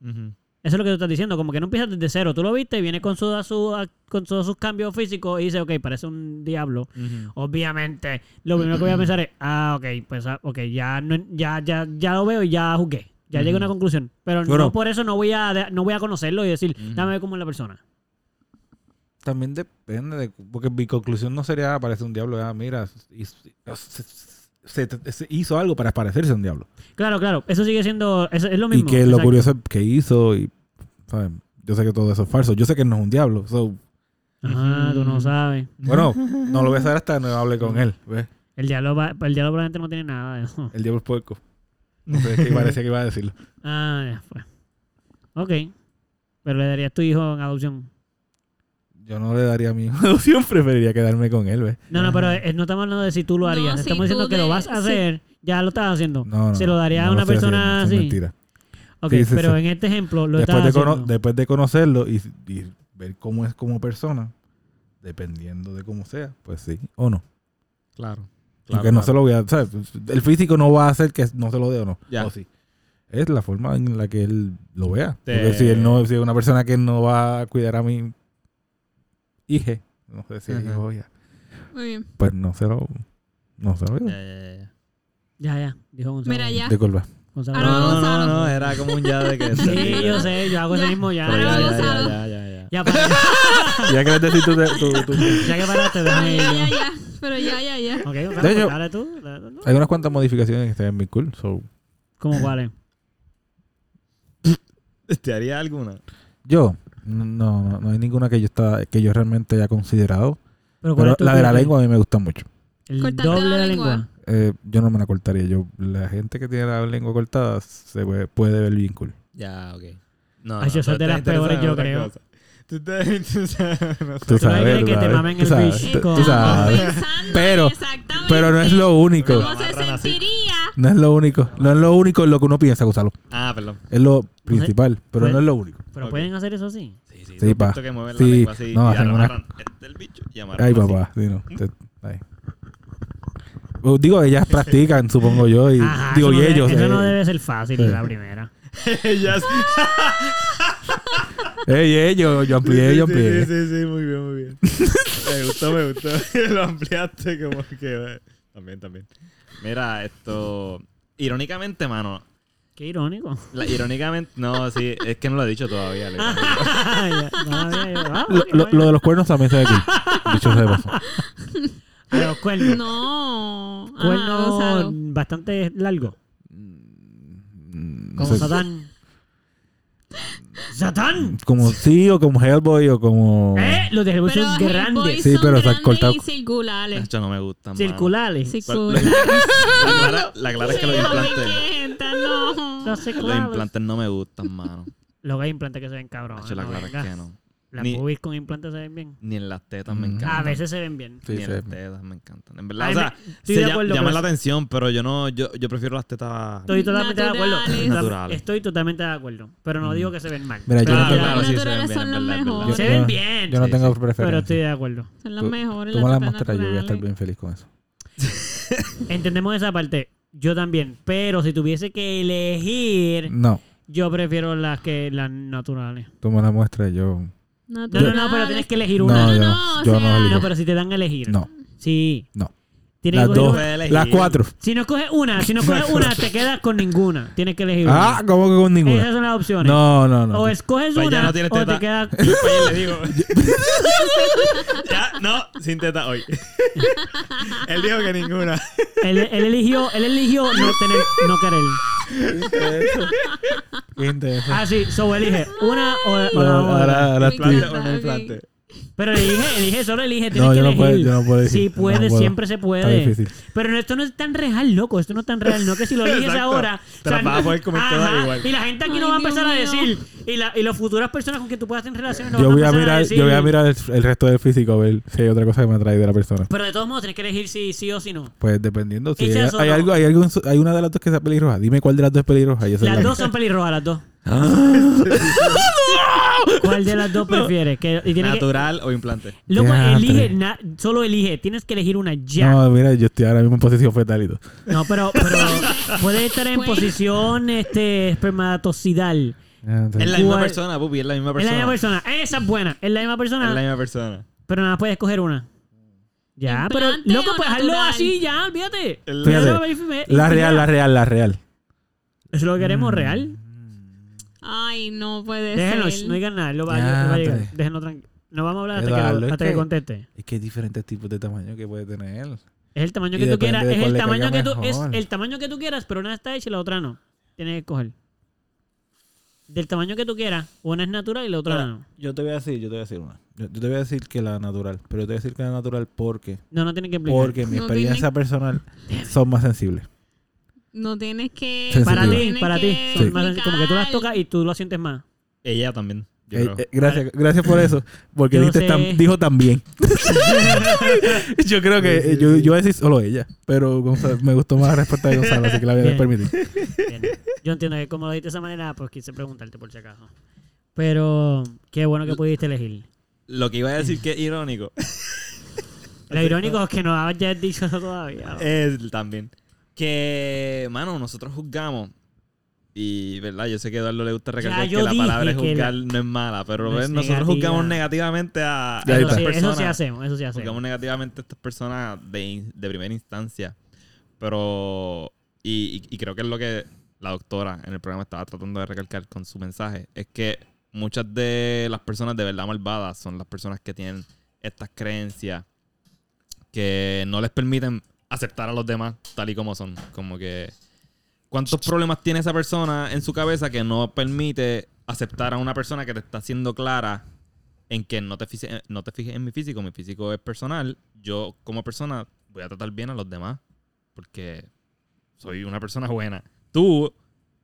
S1: Ujú.
S2: Eso es lo que tú estás diciendo, como que no empiezas desde cero, tú lo viste, viene con, toda su, con todos sus cambios físicos y dices, ok, parece un diablo.
S1: Ujú.
S2: Obviamente, lo primero que voy a pensar es, ah, ok, pues ah, ok, ya, no- ya, ya, ya lo veo y ya juzgué. Ya llegué a una
S1: Ujú.
S2: conclusión. Pero no
S5: Bueno.
S2: por eso no voy a de- no voy a conocerlo y decir,
S1: Ujú.
S2: dame cómo es la persona.
S5: También depende de, porque mi conclusión no sería aparece un diablo, ah, mira, hizo- se, se- se hizo algo para parecerse a un diablo.
S2: Claro, claro. Eso sigue siendo, es, es lo
S5: Y
S2: mismo.
S5: que lo
S2: exacto.
S5: curioso es que hizo y ¿sabes? yo sé que todo eso es falso, yo sé que él no es un diablo. so,
S2: Ah, tú no sabes.
S5: bueno, no lo voy a saber hasta que no hable con él, ¿ves?
S2: El diablo, va- el diablo probablemente no tiene nada de eso.
S5: El diablo es puerco. No sé, es que parecía que iba a decirlo.
S2: Ah, ya fue. Ok. Pero le darías tu hijo en adopción.
S5: Yo no le daría mi opción, preferiría quedarme con él, ¿ves?
S2: No, no, pero eh, no estamos hablando de si tú lo
S3: No,
S2: harías.
S3: si
S2: estamos diciendo
S3: tú
S2: que lo
S3: de-
S2: vas a
S3: si-
S2: hacer Ya lo estás haciendo.
S5: No, no,
S2: Se lo
S5: no,
S2: daría
S5: no
S2: a
S5: lo
S2: una
S5: estoy
S2: persona
S5: haciendo, eso es
S2: así.
S5: mentira.
S2: Ok,
S5: Sí, sí,
S2: pero
S5: sí.
S2: en este ejemplo lo
S5: Después de,
S2: estás
S5: cono-
S2: haciendo.
S5: después de conocerlo y, y ver cómo es como persona, dependiendo de cómo sea, pues sí o no.
S1: Claro.
S5: Porque no se lo voy a. ¿sabes? El físico no va a hacer que no se lo dé o no.
S1: Ya.
S5: O sí. Es la forma en la que él lo vea.
S1: Te-
S5: Porque si él no, si es una persona que no va a cuidar a mi hija, no sé si
S1: Ajá.
S5: hijo ya,
S3: Muy bien.
S5: pues no se lo. No se lo veo.
S1: Ya, ya, ya.
S2: Ya, ya. Dijo Gonzalo.
S3: Mira, ya.
S5: De culpa.
S2: Gonzalo.
S1: No, no, no,
S3: Gonzalo.
S1: no, era como un ya de que.
S2: Sí, yo sé. Yo hago eso
S3: Ya.
S2: mismo ya.
S1: Pero ya, ya,
S3: Gonzalo.
S1: ya, ya, ya, ya.
S2: Ya, para-
S5: Ya que decir tú. tú- tú-
S2: ya que paraste,
S3: Pero
S2: déjame ir
S3: ya, ya,
S2: yo.
S3: ya. Pero ya, ya, ya.
S2: Ok, Gonzalo,
S5: De hecho-
S2: pues dale tú. dale tú.
S5: Hay unas cuantas modificaciones que están bien cool. So.
S2: ¿Cómo cuáles?
S1: ¿Te haría alguna?
S5: Yo, no, no, no hay ninguna que yo está, que yo realmente haya considerado.
S2: Pero, ¿cuál
S5: Pero
S2: es tu
S5: la de la
S2: opinión?
S5: lengua a mí me gusta mucho.
S2: El
S3: Cortarte
S2: doble
S3: la
S2: de la
S3: lengua.
S2: lengua.
S5: Eh, yo no me la cortaría. Yo, la gente que tiene la lengua cortada se puede, puede ver bien cool.
S1: Ya, ok. No,
S2: Ay, yo soy de
S1: te-
S2: las
S1: te interesa
S2: peores, yo
S1: otra
S2: creo.
S1: cosa. Tú te- tú sabes, no sé.
S5: Tú
S2: Tú no
S5: sabes,
S2: quieres
S5: tú
S2: que te
S5: sabes,
S2: mamen
S5: tú
S2: el
S5: sabes,
S2: bicho.
S5: tú- tú
S2: Como-
S5: sabes.
S3: Pensando
S5: Pero-
S3: exactamente
S5: Pero no es lo único.
S3: ¿Cómo se
S1: Amarran así.
S3: sentiría?
S5: No es lo único. No es lo único en lo que uno piensa, Gonzalo.
S1: Ah, perdón.
S5: Es lo principal, pero no es lo único.
S2: Pero
S1: Ok.
S2: pueden hacer eso así.
S1: Sí, sí.
S5: Sí,
S1: tú
S5: pa.
S1: has visto que mueven la
S5: Sí.
S1: lengua así
S5: No,
S1: y
S5: hacen una-
S1: amarran este el bicho y amarran
S5: Ay,
S1: así.
S5: papá. sí, no, te- ay. Pues, Digo, ellas practican, supongo yo. Y,
S2: Ajá,
S5: digo,
S2: eso
S5: y
S2: no debe-
S5: ellos.
S2: Eso
S5: eh,
S2: no debe ser fácil
S5: Sí.
S2: la primera.
S1: Ellas.
S5: ey, ey, yo, yo
S1: Sí,
S5: amplié,
S1: sí,
S5: yo
S1: sí,
S5: amplié.
S1: Sí, sí, muy bien, muy bien. Me gustó, me gustó. Lo ampliaste como que... eh, También, también. Mira, esto... Irónicamente, mano.
S2: Qué irónico.
S1: la- irónicamente... No, sí. Es que no lo he dicho todavía. lo irónico.
S2: Ah, Ya, no había yo- ah,
S5: Lo,
S2: ok,
S5: lo-
S2: vaya.
S5: lo de los cuernos también se ve cool. Dicho sea de paso.
S2: A los cuernos.
S3: No. Ajá,
S2: Cuerno
S3: ah, Gonzalo.
S2: bastante largo. Como
S5: Sí.
S2: Satán. ¡Satán!
S5: Como sí o como Hellboy o como...
S2: ¿Eh? Los de Hellboy
S3: Pero
S2: son
S3: Hellboy
S2: grandes.
S5: Sí,
S3: son
S5: pero se ha
S3: grandes
S5: cortado-
S3: y circulares.
S1: Esto no me gusta, mano.
S2: Circulares.
S1: La,
S3: Circulares.
S1: la clara, la clara es que los
S3: No me
S1: implantes...
S3: encanta, no.
S2: Los
S1: Los
S2: circulares.
S1: implantes no me gustan, mano.
S2: Los que hay implantes que se ven cabrones.
S1: Hacho, la
S2: no
S1: clara es
S2: vengas.
S1: que no.
S2: Las
S1: Ni-
S2: boobies con implantes se ven bien.
S1: Ni en las tetas me
S5: Mm.
S1: encantan.
S2: A veces se ven bien.
S5: Sí,
S1: ni en
S5: sí.
S1: las tetas me encantan. En verdad,
S2: Ay,
S1: o sea,
S2: me- estoy
S1: se
S2: de
S1: lla-
S2: acuerdo,
S1: llama
S2: pero-
S1: la atención, pero yo no, yo, yo prefiero las tetas.
S2: Estoy totalmente de acuerdo.
S3: Naturales.
S1: Naturales. Mm.
S2: Estoy totalmente de acuerdo. Pero no digo que se ven mal.
S5: Mira, yo
S2: Pero-
S5: no
S1: Claro,
S5: tengo-
S1: claro, sí, se ven
S3: Naturales
S1: bien,
S3: son
S1: en
S3: las
S1: verdad, en verdad.
S5: Yo-
S2: se ven
S5: yo-
S2: bien.
S5: Yo no
S1: Sí,
S5: tengo
S1: sí.
S5: preferencia.
S2: Pero estoy de acuerdo.
S3: Son las mejores.
S5: Toma la
S3: las
S5: máscara, yo voy a estar
S3: naturales.
S5: bien feliz con eso.
S2: Entendemos esa parte. Yo también. Pero si tuviese que
S1: Mm.
S2: elegir,
S5: No,
S2: yo prefiero las que las naturales.
S5: toma la muestra y yo...
S2: No,
S3: Naturales.
S2: no, no, pero tienes que elegir
S5: No,
S2: una.
S5: yo
S3: no,
S5: no, yo
S3: o sea-
S5: no elijo.
S2: No, pero si te dan a elegir.
S5: No,
S2: Sí.
S5: No.
S2: Tienes
S5: las
S2: que coger
S5: dos,
S2: una.
S1: elegir.
S5: las cuatro.
S2: Si no coges una, si no coges una, te quedas con ninguna. Tienes que elegir una.
S5: Ah, ¿cómo que con
S2: Esas
S5: ninguna?
S2: son las opciones.
S5: No, no,
S2: O
S5: no.
S2: escoges
S1: Pues ya
S2: una
S1: no tienes
S2: o te
S1: teta.
S2: quedas...
S1: Oye, le digo. ya, no, sin teta hoy. Él dijo que ninguna.
S2: Él, él eligió, él eligió no tener, no querer.
S5: Qué interesante.
S2: Ah, sí. So, elige una o, o
S5: No,
S2: la otra.
S5: ahora- ahora
S3: Me
S5: tú-
S3: encanta.
S1: Implante o no implante.
S2: Pero elige, elige, solo elige. Tienes
S5: No,
S2: que
S5: yo no
S2: elegir.
S5: puedo, yo no puedo elegir.
S2: Sí
S5: No
S2: puedes,
S5: puedo.
S2: siempre se puede.
S5: Está difícil.
S2: Pero esto no es tan real, loco. Esto no es tan real. No que si lo eliges
S1: Exacto.
S2: ahora...
S1: Te las vas a poder comer todas
S2: ajá,
S1: igual.
S2: Y la gente aquí no
S3: Ay,
S2: va a empezar a
S3: Dios mío.
S2: decir... Y, la, y las futuras personas con que tú puedas tener relaciones no
S5: Yo
S2: van
S5: voy a
S2: empezar
S5: mirar,
S2: decir-
S5: yo voy a mirar el, el resto del físico a ver si hay otra cosa que me atrae de la persona.
S2: Pero de todos modos tienes que elegir si sí o si no.
S5: Pues dependiendo si
S2: ¿Y si
S5: hay,
S2: eso
S5: hay
S2: no?
S5: algo, hay algo, en su- hay una de las dos que sea pelirroja. Dime cuál de las dos es pelirroja. y esa es
S2: Las
S5: la Ah.
S2: dos
S5: mía.
S2: son pelirrojas, las dos. ¿Cuál de las dos prefieres? Que, y tiene que-
S1: Natural o implante.
S2: loco,
S5: Ya,
S2: elige,
S5: tres.
S2: na- solo elige. Tienes que elegir una ya. No,
S5: No, mira, yo estoy ahora mismo en posición fetal y todo.
S2: pero, pero puede estar en
S3: Pues-
S2: posición este, espermatocidal.
S5: Ya, Ah, entonces-
S1: Es la misma
S2: ¿Cuál?
S1: persona, Bubi, es la misma
S2: Es la
S1: persona.
S2: misma persona. Esa es buena. Es la misma persona.
S1: Es la misma persona.
S2: Pero nada, puedes escoger una. Ya, pero
S3: ¿Implante
S2: loco,
S3: o
S2: pues hazlo
S3: natural?
S2: así ya, olvídate.
S1: El-
S2: Ya
S5: Fíjate,
S2: lo verifi-
S5: La real, la Mm.
S2: Eso
S5: real, la real.
S2: es lo que queremos real.
S3: Ay, no puede
S2: Déjenlo,
S3: ser.
S2: sh, no digan nada. Lo va,
S5: Ya, pues. Eh,
S2: lo va a llegar.
S5: hombre.
S2: Déjenlo tranquilo. No vamos a hablar hasta,
S5: Eduardo,
S2: que,
S5: es
S2: lo- hasta que
S5: que-
S2: conteste.
S5: Es que hay diferentes tipos de tamaño que puede tener.
S2: Es el tamaño
S5: Y
S2: que tú
S5: depende
S2: quieras.
S5: de
S2: Es
S5: cuál
S2: el
S5: le
S2: tamaño que
S5: caiga
S2: tú, es
S5: mejor.
S2: el tamaño que tú quieras, pero una está hecha y la otra no. Tienes que escoger. Del tamaño que tú quieras, una es natural y la otra no.
S5: Yo te voy a decir, yo te voy a decir una. Yo, yo te voy a decir que la natural, pero yo te voy a decir que la natural porque,
S2: No, no tiene que implicar.
S5: porque mi
S3: No
S5: experiencia personal son más sensibles.
S3: No tienes que.
S5: Sensitiva.
S2: para
S3: no
S2: ti,
S3: tienes
S2: para ti.
S3: que
S2: son más- como que tú las
S3: explicar.
S2: tocas y tú lo sientes más.
S1: Ella también. Yo
S5: Eh,
S1: creo.
S5: eh, gracias, gracias por eso. Porque
S2: Yo
S5: diste
S2: sé.
S5: tan- dijo también. yo creo que eh, yo, yo voy a decir solo ella. Pero Gonzalo- me gustó más la respuesta de Gonzalo, así que la voy a
S2: Bien.
S5: permitir.
S2: Bien. Yo entiendo que como lo dijiste de esa manera, pues quise preguntarte por si acaso. Pero qué bueno que pudiste elegir.
S1: Lo que iba a decir que es irónico
S2: Lo irónico es que no hayas dicho eso todavía.
S1: es también que, mano, nosotros juzgamos. Y, ¿verdad? Yo sé que a Eduardo le gusta recalcar que
S2: yo
S1: la palabra
S2: dije que
S1: juzgar no es mala, pero
S2: no
S1: ¿ves?
S2: es
S1: nosotros
S2: negativa.
S1: juzgamos negativamente a, a
S5: Ya
S2: Eso
S1: estas
S2: sí, eso
S1: personas.
S2: sí hacemos, eso sí hacemos.
S1: juzgamos negativamente a estas personas de, in- de primera instancia. Pero, y, y- y creo que es lo que la doctora en el programa estaba tratando de recalcar con su mensaje, es que muchas de las personas de verdad malvadas son las personas que tienen estas creencias que no les permiten aceptar a los demás tal y como son. Como que, ¿cuántos problemas tiene esa persona en su cabeza que no permite aceptar a una persona que te está haciendo clara en que no te, fijes, no te fijes en mi físico, mi físico es personal. Yo, como persona, voy a tratar bien a los demás porque soy una persona buena. Tú,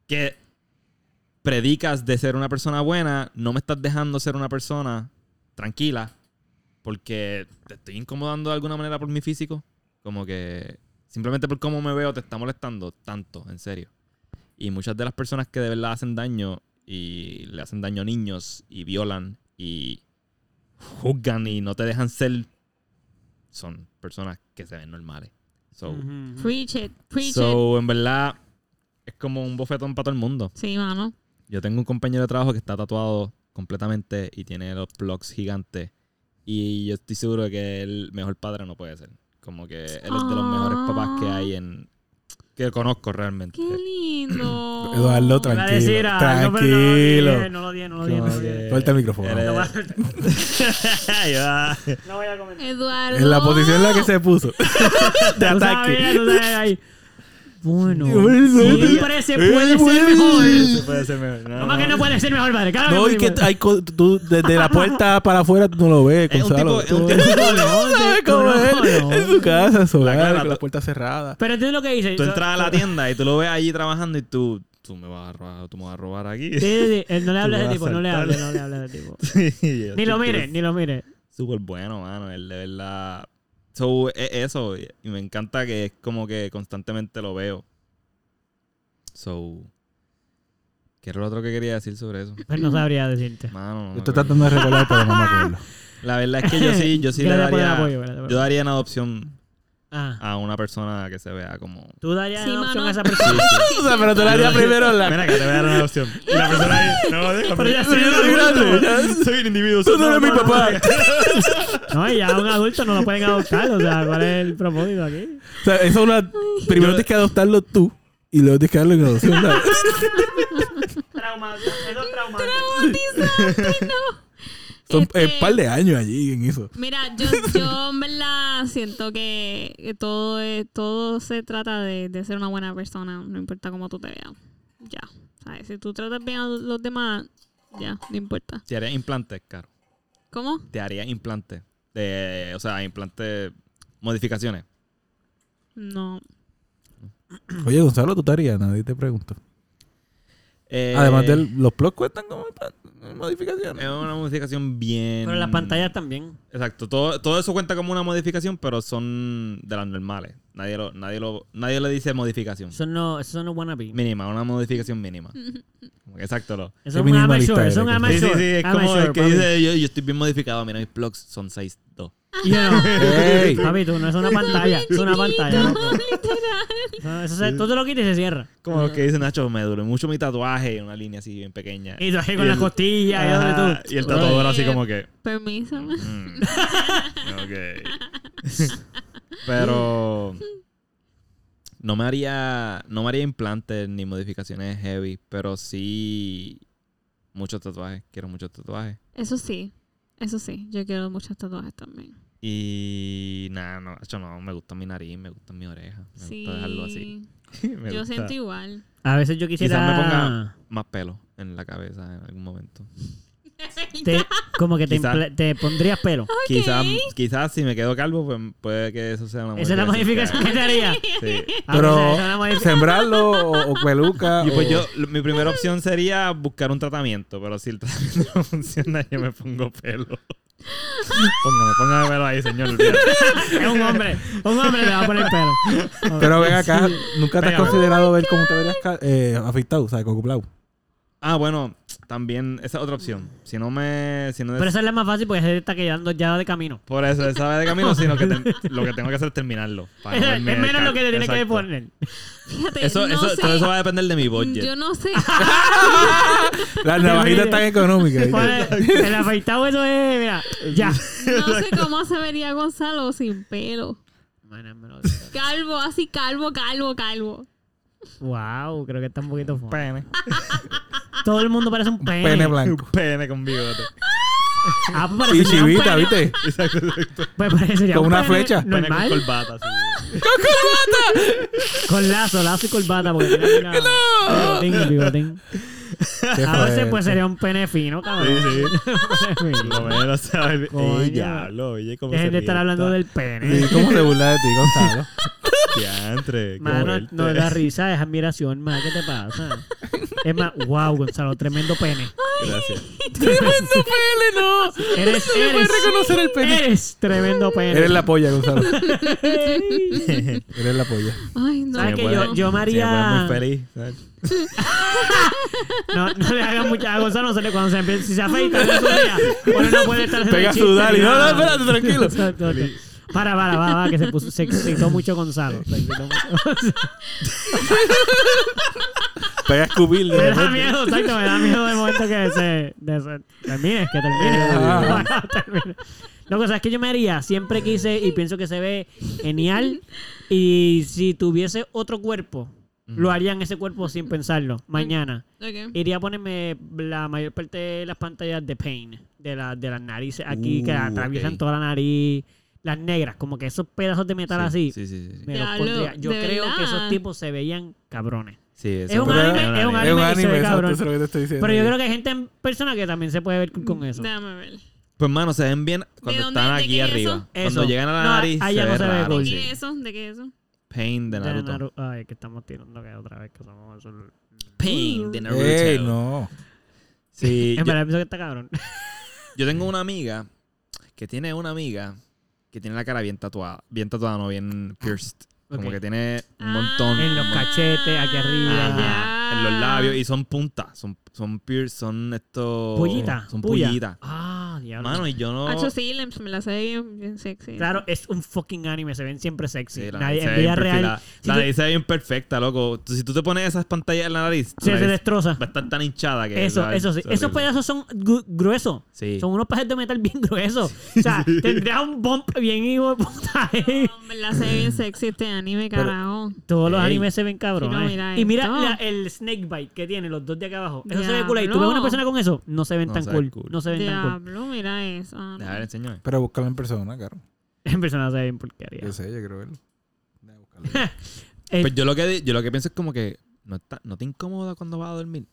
S1: que predicas de ser una persona buena, no me estás dejando ser una persona tranquila porque te estoy incomodando de alguna manera por mi físico. Como que simplemente por cómo me veo te está molestando tanto, en serio. Y muchas de las personas que de verdad hacen daño y le hacen daño a niños y violan y juzgan y no te dejan ser son personas que se ven normales. So,
S2: Ujú.
S3: Preach it, preach it.
S1: so, en verdad es como un bofetón para todo el mundo.
S3: Sí, mano.
S1: Yo tengo un compañero de trabajo que está tatuado completamente y tiene los plugs gigantes. Y yo estoy seguro de que el mejor padre no puede ser. Como que él es de los
S3: Ah.
S1: mejores papás que hay en. que conozco realmente.
S3: Qué lindo.
S5: Eh. Eduardo,
S2: Iba a decir
S5: tranquilo.
S2: algo, pero
S5: Tranquilo.
S2: No lo dije, no lo dije, no lo dije, no lo dije.
S5: Suelta el micrófono.
S1: Él
S2: No voy
S1: es-
S2: a-
S1: Ay, va.
S2: No voy a comentar.
S3: Eduardo.
S5: En la posición en la que se puso. de
S2: Tú
S5: ataque.
S2: sabes, tú sabes, ahí. Bueno,
S5: Bueno,
S2: siempre se
S1: Eh,
S2: puede ser mejor.
S1: No puede ser mejor. No,
S2: No más que
S1: no.
S2: no puede ser mejor, padre. Claro
S5: No,
S2: que pues.
S5: y que
S2: puede.
S5: hay co- tú desde la puerta para afuera tú no lo ves,
S1: Es un
S5: Gonzalo.
S1: tipo- es un
S5: Tú-
S1: tipo-
S5: tú sabes cómo es.
S2: no, no.
S5: En su casa, su
S1: La
S5: hogar,
S1: cara,
S5: con
S1: tú-
S5: la puerta cerrada.
S2: Pero entiendo lo que dice.
S1: Tú entras a la tienda y tú lo ves allí trabajando y tú. Tú me vas a robar, tú me vas a robar aquí.
S2: Sí, sí, sí. Eh, No le hables
S1: Tú
S2: a
S1: vas
S2: ese
S1: a
S2: tipo, no le
S1: saltar.
S2: hables, no le hables a ese tipo.
S1: Sí, yo
S2: Ni lo
S1: estoy
S2: mires, ni lo mires.
S1: Súper bueno, mano. Él de verdad. So, es eso. Y me encanta que es como que constantemente lo veo. So. ¿Qué era lo otro que quería decir sobre eso?
S2: Pero Pues no sabría decirte.
S1: Mano, no me
S5: Yo estoy
S1: acuerdo.
S5: tratando de recordar, pero no me acuerdo.
S1: La verdad es que yo sí, yo sí le
S2: Gracias por el apoyo,
S1: daría.
S2: gracias por el
S1: Yo daría en adopción
S2: Ah.
S1: a una persona que se vea como.
S2: Tú darías
S3: Sí,
S2: la opción
S3: mano.
S2: a esa persona.
S5: O sea, pero te la haría primero la.
S1: Mira, que te voy a dar una adopción. Y la persona ahí, no, déjame.
S2: Pero ya
S5: Yo soy grande, ya-
S1: Soy un individuo.
S5: Tú no eres mi papá.
S2: No, y ya un adulto no lo pueden adoptar. O sea, ¿cuál es el propósito aquí?
S5: O sea, eso es una. Primero tienes que adoptarlo tú y luego tienes que darlo en adopción. ¿sabes?
S2: Trauma, eso es trauma.
S3: Traumatizante, no.
S5: Son
S3: Este,
S5: un par de años allí en eso.
S3: Mira, yo, yo en verdad siento que, que todo es- todo se trata de, de ser una buena persona, no importa cómo tú te veas. Ya, ¿sabes? Si tú tratas bien a los demás, ya, no importa.
S1: Te haría implantes, caro.
S3: ¿Cómo?
S1: Te haría implantes. De, o sea, implantes. Modificaciones.
S3: No.
S5: Oye, Gonzalo, tú te harías, nadie te preguntó.
S1: Eh,
S5: Además de los plugs cuentan como
S1: Es
S5: modificaciones.
S1: una modificación bien.
S2: Pero las pantallas también.
S1: Exacto. Todo, todo eso cuenta como una modificación, pero son de las normales. Nadie lo, nadie lo, nadie le dice modificación.
S2: Eso no, eso no es wannabe.
S1: Mínima, una modificación mínima. Como que Exacto, lo.
S2: Eso
S5: Qué
S2: es un
S5: minimalista
S2: amateur. Eso es un
S5: eres,
S1: Sí,
S2: amateur.
S1: sí, sí. Es como
S2: amateur,
S1: el que
S2: papi.
S1: dice, yo, yo estoy bien modificado. Mira, mis plugs son 6'2".
S2: Y yo no.
S5: Ey.
S2: Papi, tú no es una pantalla. Es una pantalla.
S3: No,
S2: loco.
S3: literal.
S2: Eso, eso se, tú te lo quitas y se cierra.
S1: Como lo que dice Nacho, me duele mucho mi tatuaje. y Una línea así bien pequeña.
S2: Y tú ahí
S1: Y
S2: con las
S1: el-
S2: costillas y
S1: Ajá,
S2: donde tú.
S1: y el tatuador así
S3: Eh,
S1: como que...
S3: Permiso.
S1: Mm. Ok. Pero no me haría no me haría implantes ni modificaciones heavy, pero sí muchos tatuajes, quiero muchos tatuajes.
S3: Eso sí, eso sí. Yo quiero muchos tatuajes también.
S1: Y nada, no, hecho no, me gusta mi nariz, me gusta mi oreja, me
S3: sí.
S1: gusta dejarlo así. Me
S3: Yo
S1: gusta.
S3: siento igual.
S2: A veces yo quisiera.
S1: Quizás me ponga más pelo en la cabeza en algún momento.
S2: te, como que te,
S1: Quizá.
S2: impla- te pondrías pelo.
S1: Quizás quizás si me quedo calvo, pues puede que eso sea una
S2: Esa es la modificación que te haría.
S1: modificación. Sí.
S2: Ah,
S5: Pero
S2: esa- esa es la modificación.
S5: sembrarlo o, o peluca.
S1: Y pues
S5: o-
S1: yo,
S2: Eh.
S1: lo- mi primera opción sería buscar un tratamiento, pero si el tratamiento no funciona, yo me pongo pelo. póngame, póngame pelo ahí, señor. olvídate.
S2: Es un hombre. Un hombre le va a poner pelo.
S5: Pero ven acá, nunca te has
S1: Pégame.
S5: considerado ver cómo te verías ca- eh, afectado, o sea, acoplado.
S1: Ah, bueno, también, esa es otra opción. Si no me. Si no
S2: Pero esa es la más fácil porque se te está quedando ya de camino.
S1: Por eso, esa vez de camino, sino que te- lo que tengo que hacer es terminarlo. para no
S2: Es
S1: verme
S2: menos lo
S1: cal-
S2: que te tienes que
S1: Exacto.
S2: poner.
S3: Fíjate,
S1: Eso,
S3: no
S1: eso,
S3: sé.
S1: todo eso va a depender de mi budget.
S3: Yo no sé.
S5: Las navajitas están económicas.
S2: Poner- El afeitado eso es, mira, ya.
S3: No sé cómo se vería Gonzalo sin pelo.
S2: Mano, me lo-
S3: Calvo, así calvo, calvo, calvo.
S2: Wow, creo que está un poquito fuerte. Todo el mundo parece un pene.
S5: Pene blanco.
S1: Pene con bigote.
S2: Ah, pues parece
S5: Y
S2: ya un
S5: chivita,
S2: pene.
S5: ¿viste?
S2: Pues parece ya
S5: Con
S2: un
S5: una
S2: pene
S5: flecha.
S1: Pene con
S2: Normal. Con,
S1: corbata. sí.
S2: lazo, lazo y corbata. Porque tiene una... bigotín y bigotín.
S5: Qué
S2: A veces
S5: fuerte.
S2: pues sería un pene fino, cabrón.
S1: Sí, sí.
S2: Pene fino.
S1: Lo menos, ¿sabes?
S2: Coño.
S1: Ey, diablo, oye, cómo
S2: Dejen
S1: se
S2: de estar
S1: ríe
S2: hablando
S1: esta
S2: del pene.
S5: Sí, ¿Cómo se burla de ti, Gonzalo?
S1: Diantre, qué
S2: Mano,
S1: fuerte.
S2: no la risa, es admiración, más ¿qué te pasa? Es más, wow, Gonzalo, tremendo pene.
S1: Gracias.
S2: Eres, eres,
S5: reconocer el pene.
S2: eres tremendo pene.
S5: Eres la polla, Gonzalo. Eres la polla.
S3: Ay, no.
S2: ¿Sabes
S1: Sí,
S2: que
S1: bueno.
S2: yo, yo me
S1: Sí, me
S2: haría-
S1: pones muy feliz. ¿sabes?
S2: No, no le hagas mucha a Gonzalo, se le- cuando se empieza, si se afeita, no suda, Porque no puede estar haciendo
S5: Pega a
S2: chistes
S5: sudar y
S2: ni
S5: no, no,
S2: nada.
S5: espérate, tranquilo.
S2: Exacto, exacto. Para, para, va, va, que se puso, se excitó mucho Gonzalo. Se excitó mucho.
S5: Pega a escupirle.
S2: Me
S5: de
S2: da
S5: repente.
S2: miedo, exacto, me da miedo de momento que se, de se- termine, que termine.
S5: Ah.
S2: Termine. Lo que sabes que yo me haría, siempre quise y pienso que se ve genial. Y si tuviese otro cuerpo, lo haría en ese cuerpo sin pensarlo. Mañana
S3: Ok.
S2: iría a ponerme la mayor parte de las pantallas de pain, de, la, de las narices aquí que
S1: Uh,
S2: atraviesan
S1: ok.
S2: toda la nariz, las negras, como que esos pedazos de metal así.
S1: Sí, sí, sí. sí.
S2: Me los
S3: Diablo,
S2: pondría. Yo
S3: ¿de
S2: creo que esos
S3: verdad?
S2: tipos se veían cabrones.
S1: Sí, eso
S2: Es un
S1: me-
S2: anime,
S1: me
S2: es un
S1: daría.
S5: Es
S2: anime
S5: un
S2: y se ve
S5: anime,
S2: cabrón.
S5: exacto, eso es lo que te estoy diciendo.
S2: Pero yo creo que hay gente en persona que también se puede ver con eso.
S3: Déjame ver.
S1: Pues, mano, se ven bien cuando
S3: dónde-
S1: están
S3: de
S1: aquí
S3: qué es
S1: arriba.
S3: eso?
S1: Cuando
S2: Eso.
S1: llegan a la
S2: No,
S1: nariz,
S2: allá
S1: se
S2: no
S1: ve
S2: se ve
S1: raro,
S2: cool.
S3: ¿De
S1: sí.
S3: qué es eso? ¿De qué es eso?
S1: Pain de
S2: De
S1: Naruto.
S2: Naru- Ay, que estamos tirando que otra vez que somos...
S1: Pain de Naruto.
S5: Ey, no.
S1: Sí,
S2: En
S1: yo-
S2: verdad pienso que está cabrón.
S1: Yo tengo una amiga que tiene una amiga que tiene la cara bien tatuada. Bien tatuada, no, bien pierced. Como
S2: Ok.
S1: que tiene un
S3: Ah,
S1: montón.
S2: En los cachetes, aquí arriba.
S1: Ajá,
S3: ya.
S1: en los
S2: Ah.
S1: labios. Y son puntas. Son, son pierced, son estos.
S2: Pullita.
S1: Oh, Son
S2: puya.
S1: pullitas.
S2: Ah, diablo.
S1: Mano, y yo no.
S3: Hacho sí, le- me la sé bien, bien sexy.
S2: Claro, es un fucking anime, se ven siempre sexy.
S1: Sí, la
S2: Nadie,
S1: nariz se
S2: en
S1: ve
S2: vida
S1: bien
S2: real
S1: perfilada.
S2: si
S1: la
S2: tú-
S1: nariz se ve bien perfecta, loco. Si tú te pones esas pantallas en la nariz, tu
S2: se te
S1: nariz
S2: destroza.
S1: va a estar tan hinchada que.
S2: Eso,
S1: ¿sabes?
S2: eso sí.
S1: Es
S2: Esos
S1: horrible.
S2: pedazos son gru- gruesos.
S1: Sí.
S2: Son unos pedazos de metal bien gruesos. O sea, tendría un bump bien hijo de puta ahí.
S3: No, me la sé bien sexy este anime, carajo.
S2: Todos los
S1: Ey.
S2: animes se ven cabrones.
S3: Sí, no, mira
S2: y mira
S3: esto.
S2: la- el snake bite que tiene, los dos de acá abajo. Eso se ve cool. Y tú ves
S3: Diablo.
S2: una persona con eso, no se ven
S1: No
S2: tan
S1: se ven
S2: cool.
S1: cool.
S2: No se ven tan cool.
S3: Diablo, mira eso. Ah, no.
S1: A ver, enséñame.
S5: Pero búscalo en persona, claro.
S2: En persona se ven porquería.
S5: Yo sé, yo creo verlo. Deja buscarlo.
S2: Eh,
S1: Pues yo lo que di- yo lo que pienso es como que no, está- no te incomoda cuando vas a dormir.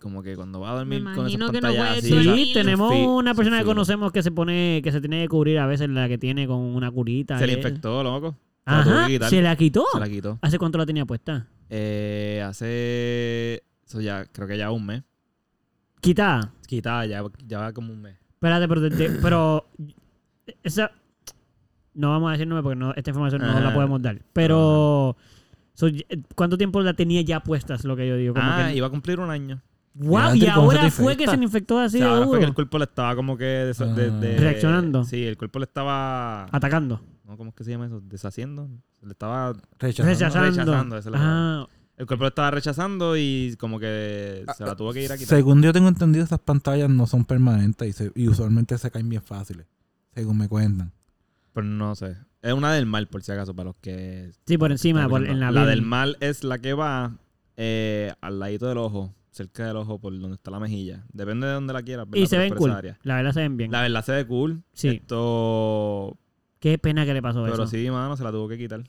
S1: Como que cuando vas a dormir
S3: Me
S1: con esas
S3: imagino que no
S1: pantallas
S3: puedes
S1: así.
S2: Sí,
S3: dormir.
S1: o sea,
S3: sí,
S2: tenemos
S1: sí,
S2: una
S1: sí,
S2: persona
S1: sí.
S2: que conocemos que se pone, que se tiene que cubrir a veces la que tiene con una curita.
S1: se le
S2: y-
S1: infectó, loco. Se la tuvo
S2: Ajá,
S1: que quitar.
S2: se la quitó.
S1: Se la quitó.
S2: ¿Hace cuánto la tenía puesta?
S1: Eh, hace. Eso ya, creo que ya un mes.
S2: Quitada.
S1: Quitada, ya, ya va como un mes.
S2: Espérate, pero, te- te- pero esa no vamos a decir nombre porque no, esta información no la
S1: Ah.
S2: podemos dar. Pero so, y- eh, ¿cuánto tiempo la tenía ya puesta? Es lo que yo digo. Como
S1: ah,
S2: que-
S1: iba a cumplir un año.
S2: wow,
S5: Diantre,
S2: y
S5: ¿cómo se
S2: ahora
S5: te
S2: fue que
S5: infecta?
S2: se me infectó así uh,
S1: O sea,
S2: de
S1: ahora fue que
S2: duro,
S1: el cuerpo le estaba como que. desa- de- de-
S5: Ah.
S2: Reaccionando. Ah.
S1: Sí, el cuerpo le estaba.
S2: atacando.
S1: ¿no? ¿Cómo es que se llama eso? Deshaciendo. Le estaba.
S5: Rechazando.
S2: Rechazando.
S1: Rechazando, esa es la
S2: ah,
S1: El cuerpo lo estaba rechazando y como que se la tuvo que ir a quitar.
S5: Según yo tengo entendido, esas pantallas no son permanentes y, se- y usualmente se caen bien fáciles, según me cuentan.
S1: Pero no sé. Es una del mal, por si acaso, para los que.
S2: sí, por encima, por- en la,
S1: la
S2: piel.
S1: del mal es la que va eh, al ladito del ojo, cerca del ojo, por donde está la mejilla. Depende de donde la quieras.
S2: Y
S1: ¿verdad?
S2: se
S1: Pero
S2: ven
S1: por
S2: cool.
S1: esa área.
S2: La verdad se ven bien.
S1: La verdad se ve cool.
S2: Sí.
S1: Esto.
S2: Qué pena que le pasó
S1: Pero
S2: eso.
S1: sí, mano, se la tuvo que quitar.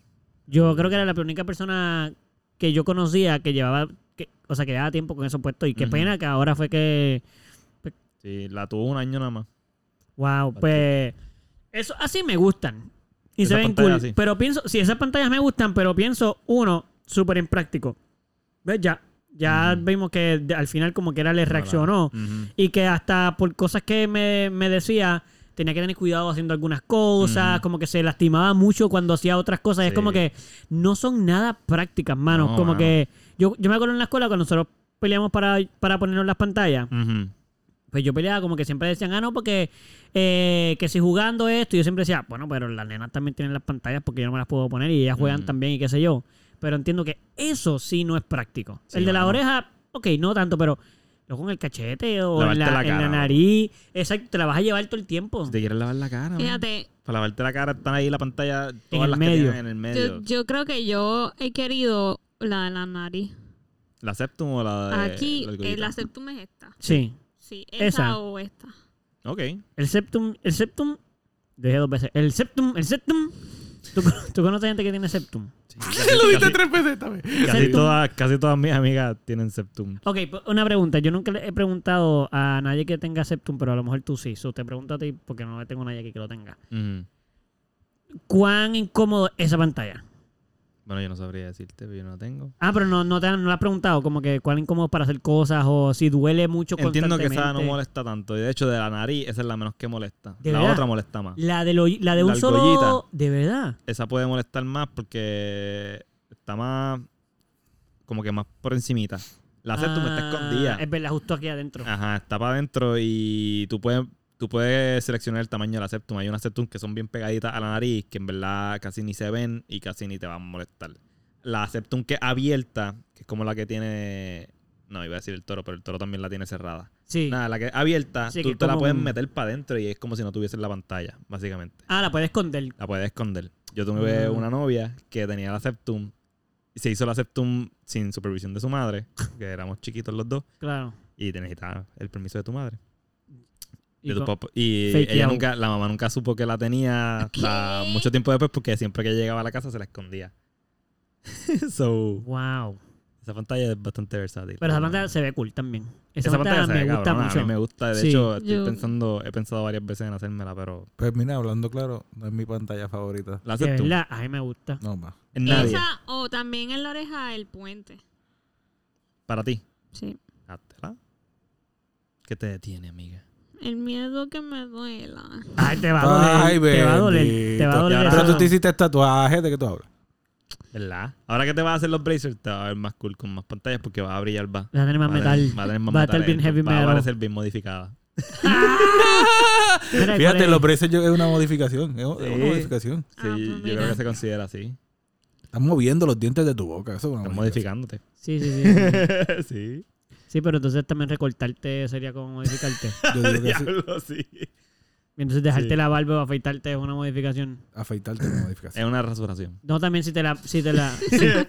S2: Yo creo que era la única persona que yo conocía que llevaba, que- o sea, que llevaba tiempo con eso puesto. Y qué
S1: Ujú.
S2: pena que ahora fue que,
S1: Sí, la tuvo un año nada más.
S2: Wow, pues. Eso, así me gustan. Y se
S1: Esas
S2: ven cool.
S1: pantallas así.
S2: Pero pienso, sí, esas pantallas me gustan, pero pienso, uno, súper impráctico. ¿Ves? Ya. Ya vimos que de- al final, como que era, le reaccionó.
S1: Ujú.
S2: Y que hasta por cosas que me, me decía, tenía que tener cuidado haciendo algunas cosas,
S1: Ujú.
S2: como que se lastimaba mucho cuando hacía otras cosas. Es
S1: Sí.
S2: como que no son nada prácticas, mano.
S1: No,
S2: como
S1: mano.
S2: que yo, yo me acuerdo en la escuela cuando nosotros peleamos para, para ponernos las pantallas.
S1: Ujú.
S2: Pues yo peleaba como que siempre decían, ah, no, porque eh, que si jugando esto, y yo siempre decía, bueno, pero las nenas también tienen las pantallas porque yo no me las puedo poner y ellas juegan
S1: Mm.
S2: también y qué sé yo. Pero entiendo que eso sí no es práctico.
S1: Sí,
S2: el de la
S1: mano.
S2: oreja, ok, no tanto, pero luego en el cachete o en
S1: Lavarte
S2: la,
S1: la
S2: en
S1: cara,
S2: la
S1: mano.
S2: nariz, exacto, te la vas a llevar todo el tiempo.
S1: Si te quieres lavar la cara, man,
S3: Fíjate,
S1: para lavarte la cara están ahí la pantalla, todas
S2: el
S1: las
S2: medio.
S1: que tienen en el medio.
S3: yo, yo creo que yo he querido la de la nariz.
S1: ¿La septum o la de
S3: Aquí,
S1: la
S3: eh,
S1: argollita?
S3: la septum es esta.
S2: Sí,
S3: Sí, esa,
S2: Esa.
S3: o esta.
S1: Ok.
S2: el septum, el septum, dejé dos veces, el septum, el septum. ¿Tú, tú conoces gente que tiene septum?
S1: Sí, casi- casi-
S5: veces esta vez.
S1: Casi todas, casi todas mis amigas tienen septum.
S2: Ok, pues, una pregunta. Yo nunca le he preguntado a nadie que tenga septum, pero a lo mejor tú sí. So, te pregunto a ti porque no tengo a nadie aquí que lo tenga.
S1: Ujú.
S2: ¿Cuán incómodo es esa pantalla?
S1: Bueno, yo no sabría decirte, pero yo no la tengo.
S2: Ah, pero no, no, te han- no lo has preguntado. Como que cuán incómodo es para hacer cosas o si duele mucho
S1: Entiendo que
S2: constantemente.
S1: esa no molesta tanto. Y de hecho, de la nariz, esa es la menos que molesta.
S2: ¿De
S1: la
S2: verdad?
S1: otra molesta más.
S2: La de, lo- la de
S1: La
S2: un solo...
S1: argollita.
S2: De verdad.
S1: Esa puede molestar más porque está más. como que más por encimita. La septum está
S2: Ah,
S1: escondida. Ah,
S2: Es verdad, justo aquí adentro.
S1: Ajá, está para adentro y tú puedes, tú puedes seleccionar el tamaño de la septum. Hay unas septum que son bien pegaditas a la nariz que en verdad casi ni se ven y casi ni te van a molestar. La septum que es abierta, que es como la que tiene... No, iba a decir el toro, pero el toro también la tiene cerrada.
S2: sí.
S1: Nada, la que es abierta,
S2: Sí, que
S1: tú
S2: es
S1: te la
S2: como
S1: puedes
S2: un-
S1: meter para adentro y es como si no tuvieses la pantalla, básicamente.
S2: Ah, la puedes esconder.
S1: La puedes esconder. Yo tuve
S2: Ah.
S1: una novia que tenía la septum. y Se hizo la septum sin supervisión de su madre, que éramos chiquitos los dos,
S2: Claro.
S1: y te necesitaba el permiso de tu madre.
S2: Y
S1: De tu
S2: co-
S1: papá. Y
S2: Fake
S1: ella
S2: out.
S1: nunca, la mamá nunca supo que la tenía hasta
S3: ¿Qué?
S1: mucho tiempo después porque siempre que llegaba a la casa se la escondía. so,
S2: Wow.
S1: esa pantalla es bastante versátil.
S2: Pero esa pantalla se ve cool también. Esa,
S1: Esa
S2: pantalla,
S1: se ve
S2: me gusta
S1: cabrona,
S2: mucho.
S1: A mí me gusta. De
S2: Sí.
S1: hecho, estoy
S3: Yo-
S1: pensando, he pensado varias veces en hacérmela, pero
S5: Pues mira, hablando claro, no es mi pantalla favorita.
S1: la
S2: De
S1: haces tú.
S2: verdad, a mí me gusta.
S5: No más.
S1: En nadie.
S3: Esa o también en la oreja el puente.
S1: Para ti.
S3: Sí.
S1: Hátela. ¿Qué te detiene, amiga?
S3: El miedo que me duela.
S2: Ay, te va a doler.
S5: Ay,
S2: te va a doler.
S5: bendito.
S2: Te va a doler.
S1: Y ahora
S2: eso
S5: Pero tú
S2: no.
S5: te hiciste tatuaje de que tú hablas.
S1: ¿Verdad? Ahora que te vas a hacer los bracers, te va a ver más cool con más pantallas porque va a brillar más.
S2: Va a tener más
S1: Va a tener-
S2: metal.
S1: Va a tener más
S2: Va a estar
S1: metal
S2: bien
S1: dentro,
S2: heavy
S1: Va a
S2: metal.
S1: parecer bien modificada.
S2: Mira, ¿cuál
S5: Fíjate,
S2: es?
S5: los precios yo- es una modificación. Es una
S1: Sí.
S5: modificación.
S1: Sí,
S3: Ah, pues
S1: yo creo
S3: mira.
S1: que se considera así.
S5: Estás moviendo los dientes de tu boca. Eso es una
S1: Estás
S5: modificación.
S1: modificándote.
S2: Sí, sí, sí, sí.
S1: sí.
S2: Sí, pero entonces también recortarte sería como modificarte.
S5: Yo digo que sí,
S1: Diablo, sí.
S2: Y entonces dejarte
S1: Sí.
S2: la barba o afeitarte es una modificación.
S5: afeitarte es una
S1: Es
S5: modificación.
S1: una rasuración.
S2: No, también si te la... Si te la sí, es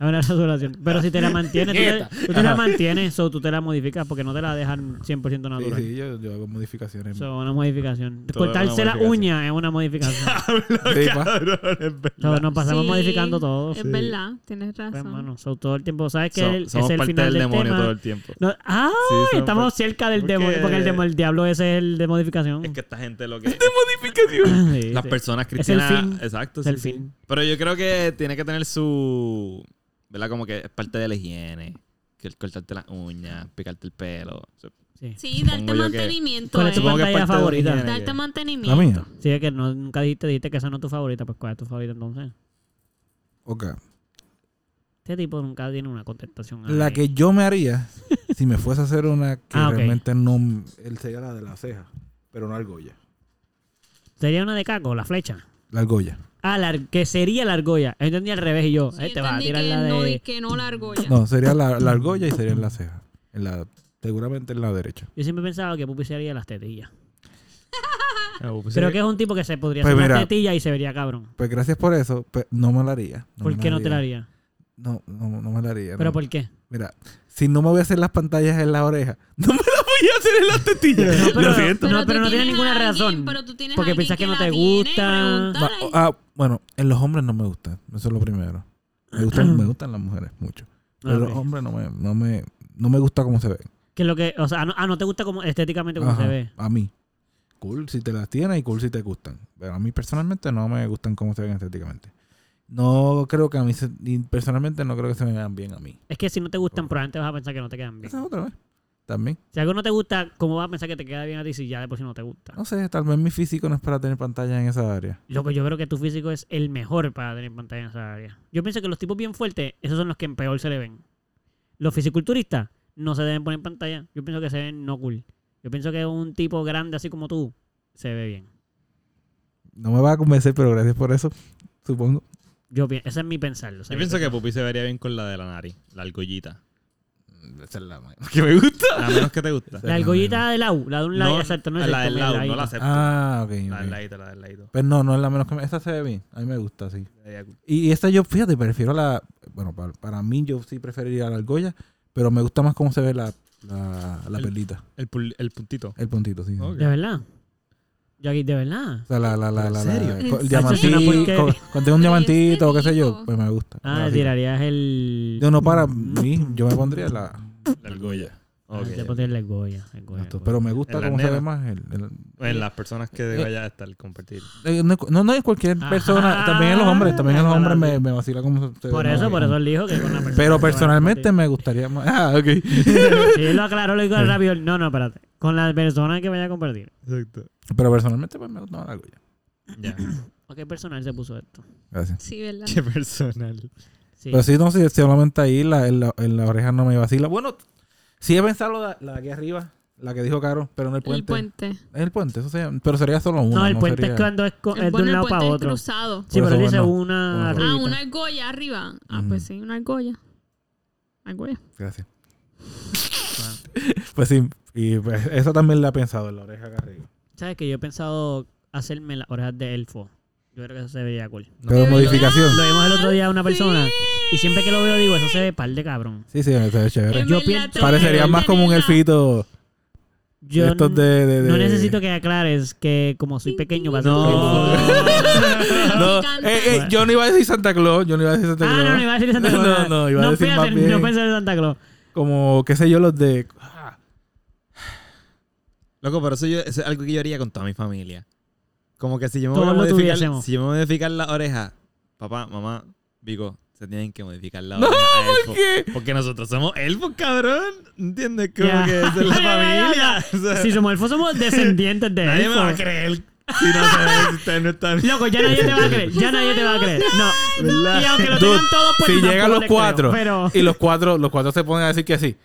S2: una rasuración. Pero si te la mantienes, tú
S5: Nieta.
S2: te, tú te la mantienes o tú te la modificas porque no te la dejan 100%
S5: Sí,
S2: natural.
S5: sí, yo, yo hago modificaciones.
S2: Eso es una modificación.
S1: Todo es una
S2: Cortarse la
S1: modificación.
S2: uña es una modificación.
S5: Sí, pa.
S2: So, nos pasamos
S3: Sí,
S2: modificando todo.
S3: Es verdad, tienes razón.
S2: Pues, mano, so, todo el tiempo. ¿Sabes que
S1: So-
S2: el-
S1: somos
S2: es el
S1: parte
S2: final
S1: del demonio
S2: tema?
S1: todo el tiempo.
S2: No, ¡ah! ¡Ay!
S1: Sí, son
S2: estamos cerca del
S1: pues, porque-
S2: demonio. Porque el, demo- el diablo ese es el de modificación.
S1: Es que esta gente lo que...
S2: Sí,
S1: Las
S2: sí.
S1: personas
S2: Es el
S1: cristianas...
S2: fin.
S1: Exacto,
S2: Es el
S1: sí, sí.
S2: fin.
S1: Pero yo creo que tiene que tener su... ¿Verdad? Como que es parte de la higiene. Que el cortarte las uñas, picarte el pelo. O sea,
S2: Sí.
S3: Sí, darte
S1: Supongo yo que-
S3: mantenimiento.
S2: ¿Cuál es tu
S3: eh.
S1: Este que
S2: pantalla
S1: es parte de la
S2: favorita?
S1: higiene
S3: Darte
S1: que-
S5: La
S3: mantenimiento.
S5: mía.
S2: Sí, es que no, nunca dijiste, dijiste que esa no es tu favorita. Pues, ¿cuál es tu favorita entonces?
S5: Ok.
S2: Este tipo nunca tiene una contestación. ahí.
S5: La que yo me haría, si me fuese a hacer una que
S2: Ah, ok.
S5: realmente no. Él sería la de la ceja, pero no argolla.
S2: Sería una de caco, la flecha.
S5: La argolla.
S2: Ah, la, ar- que sería la argolla. Yo entendí al revés y yo.
S3: Sí,
S2: eh,
S3: yo
S2: te vas a
S3: entendí
S2: tirar
S3: que
S2: la
S3: no,
S2: de.
S3: di- que no la argolla.
S5: No, sería la, la argolla y sería en la ceja. En la, seguramente en la derecha.
S2: Yo siempre pensaba que Pupi sería las tetillas.
S1: pues,
S2: Pero
S1: sí.
S2: que es un tipo que se podría
S5: Pues
S2: hacer las
S5: mira.
S2: tetillas y se vería cabrón.
S5: Pues gracias por eso, pero no me la haría.
S2: ¿Por
S5: me
S2: qué no te la haría?
S5: No, no, no me la haría.
S2: ¿Pero
S5: no.
S2: por qué?
S5: Mira, si no me voy a hacer las pantallas en la oreja, no me las voy a hacer en las tetillas.
S2: No, pero-
S5: Lo siento.
S2: No, pero
S3: tú
S2: no tiene
S3: tienes
S2: ninguna
S3: a
S2: razón.
S3: Pero tú tienes a
S2: Porque
S3: alguien
S2: piensas que no
S3: la
S2: te
S3: tiene,
S2: gusta.
S5: Va-
S3: pregúntale.
S5: ah, bueno, en los hombres no me gusta. Eso es lo primero. Me gustan, me gustan las mujeres mucho. Pero
S2: Ok.
S5: los hombres no me, no me, no me gusta cómo se ven.
S2: Que es lo que, o sea, ah, no, ah, no te gusta como estéticamente como
S5: Ajá,
S2: se ve.
S5: A mí. Cool si te las tienes y cool si te gustan. Pero a mí personalmente no me gustan cómo se ven estéticamente. No creo que a mí, se- y personalmente no creo que se me vean bien a mí.
S2: Es que si no te gustan, probablemente vas a pensar que no te quedan bien.
S5: Esa es otra vez. También.
S2: Si algo no te gusta, ¿cómo vas a pensar que te queda bien a ti si ya de por sí no te gusta?
S5: No sé, tal vez mi físico no es para tener pantalla en esa área.
S2: Loco, yo creo que tu físico es el mejor para tener pantalla en esa área. Yo pienso que los tipos bien fuertes, esos son los que peor se le ven. Los fisiculturistas no se deben poner pantalla. Yo pienso que se ven no cool. Yo pienso que un tipo grande así como tú se ve bien.
S5: No me va a convencer, pero gracias por eso, supongo.
S2: Yo pienso, ese es mi pensar. o sea,
S1: Yo pienso que Pupi se vería bien con la de la nariz, la argollita.
S5: Esa es la que me gusta.
S1: A menos que te gusta.
S2: La argollita de Lau, la de un lado, exacto, no es
S1: la
S2: el
S1: del
S2: comer,
S1: lado,
S2: ahí.
S1: no la acepto.
S5: Ah, ok.
S1: la del
S5: ok.
S1: ladito, la del ladito.
S5: Pero Pues no, no es la menos que me... Esta se ve bien. A mí me gusta, sí.
S1: Sería cool.
S5: Y esta yo, fíjate, prefiero la... Bueno, para, para mí yo sí preferiría la argolla, pero me gusta más cómo se ve la, la, la
S1: El-
S5: perlita.
S1: El, pul- el puntito.
S5: El puntito, sí. sí.
S1: Ok.
S2: De verdad. Yo aquí, de verdad.
S5: O sea, la, la, la, la, la-
S1: serio?
S5: con- el
S2: Eso es una
S5: diamantito,
S2: porquería.
S5: con- cuando tengo
S3: Ay,
S5: un diamantito, qué sé yo,
S3: estético.
S5: pues me gusta.
S2: Ah, Mm.
S5: Así.
S2: tirarías el.
S5: Yo no, para mí, yo me pondría la...
S1: La argolla.
S2: Ah,
S1: Ok.
S2: te pones la argolla, la argolla,
S5: esto,
S2: pues.
S5: pero me gusta
S1: En la
S5: cómo se ve
S1: nena.
S5: más. El, el-
S1: En Pues, las personas que
S5: Eh.
S1: vayan a estar compartir.
S5: eh, no, no, no es cualquier
S2: Ajá.
S5: persona, también en los hombres, también en los
S2: Bueno,
S5: hombres me,
S2: sí.
S5: me vacila cómo se ve
S2: Por
S5: más
S2: eso,
S5: el-
S2: por eso él dijo que con la persona. que se va
S5: Pero
S2: a
S5: personalmente me gustaría más... Ah, ok.
S2: Si él lo aclaró, lo dijo rápido. No, no, espérate. Con la persona que vaya a compartir.
S1: Exacto.
S5: Pero personalmente pues me gusta más la argolla.
S1: Ya.
S2: ¿A qué personal se puso esto?
S5: Gracias.
S3: Sí, ¿verdad?
S1: Qué personal.
S2: Sí.
S5: Pero sí, no, si solamente ahí la, en, la, en la oreja no me vacila. Bueno, sí he pensado la, la de aquí arriba, la que dijo Caro, pero en el puente.
S3: El puente.
S5: En el puente, eso sería, pero sería solo una.
S2: no, el puente
S5: sería-
S2: es cuando es, co-
S3: El,
S2: es de
S3: bueno,
S2: un
S3: el
S2: lado para
S3: puente es
S2: otro.
S3: cruzado.
S2: Sí,
S5: Por
S2: pero
S5: eso,
S2: dice
S5: bueno.
S2: una
S5: Ah,
S2: arribita.
S3: Ah, una argolla arriba. Ah,
S5: Ujú.
S3: pues sí, una argolla. Argolla.
S5: Gracias. pues sí, y pues, eso también la he pensado en la oreja acá arriba.
S2: ¿Sabes que Yo he pensado hacerme las orejas de elfo. Yo creo que eso se vería cool.
S5: Pero
S3: ¿De
S5: modificación.
S2: Lo vimos el otro día a una
S3: Ah, Sí.
S2: persona. Y siempre que lo veo digo, eso se ve par de cabrón.
S5: Sí, sí, eso es chévere.
S3: En
S2: Yo
S3: verdad,
S2: pienso-
S3: te
S5: Parecería
S3: voy a
S5: más como un
S3: tener la-
S5: elfito.
S2: Yo
S5: estos de, de- de-
S2: no necesito que aclares que como soy pequeño va a ser
S1: No.
S2: pequeño.
S5: No, eh, eh, yo no iba a decir Santa Claus, yo no iba a decir Santa
S2: Ah,
S5: Claus.
S2: no, no iba a decir Santa Claus.
S5: No, no, iba a decir más
S2: espérate,
S5: bien-
S2: No pensé en Santa Claus.
S5: Como, qué sé yo, los de... ah,
S1: Loco, pero eso, yo- eso es algo que yo haría con toda mi familia. Como que si yo me
S2: Todos
S1: voy a
S2: lo
S1: modificar,
S2: tuviésemos.
S1: si yo me voy a modificar la oreja, papá, mamá, Vico, se tienen que modificar la oreja. a elfo.
S5: ¿Qué?
S1: Porque nosotros somos elfos, cabrón. ¿Entiendes? Como
S2: Ya.
S1: que esa es la familia. O sea,
S2: Si somos elfos, somos descendientes de
S1: nadie me va a
S2: elfos.
S1: creer si no se si ustedes no están.
S2: Loco, ya nadie te va a creer. Ya nadie te va a creer. No. Y aunque lo
S5: Dude,
S2: tengan todos, pues
S5: si
S2: tampoco
S5: llegan los
S2: les creo,
S5: cuatro
S2: pero
S5: y los cuatro, los cuatro se ponen a decir que sí.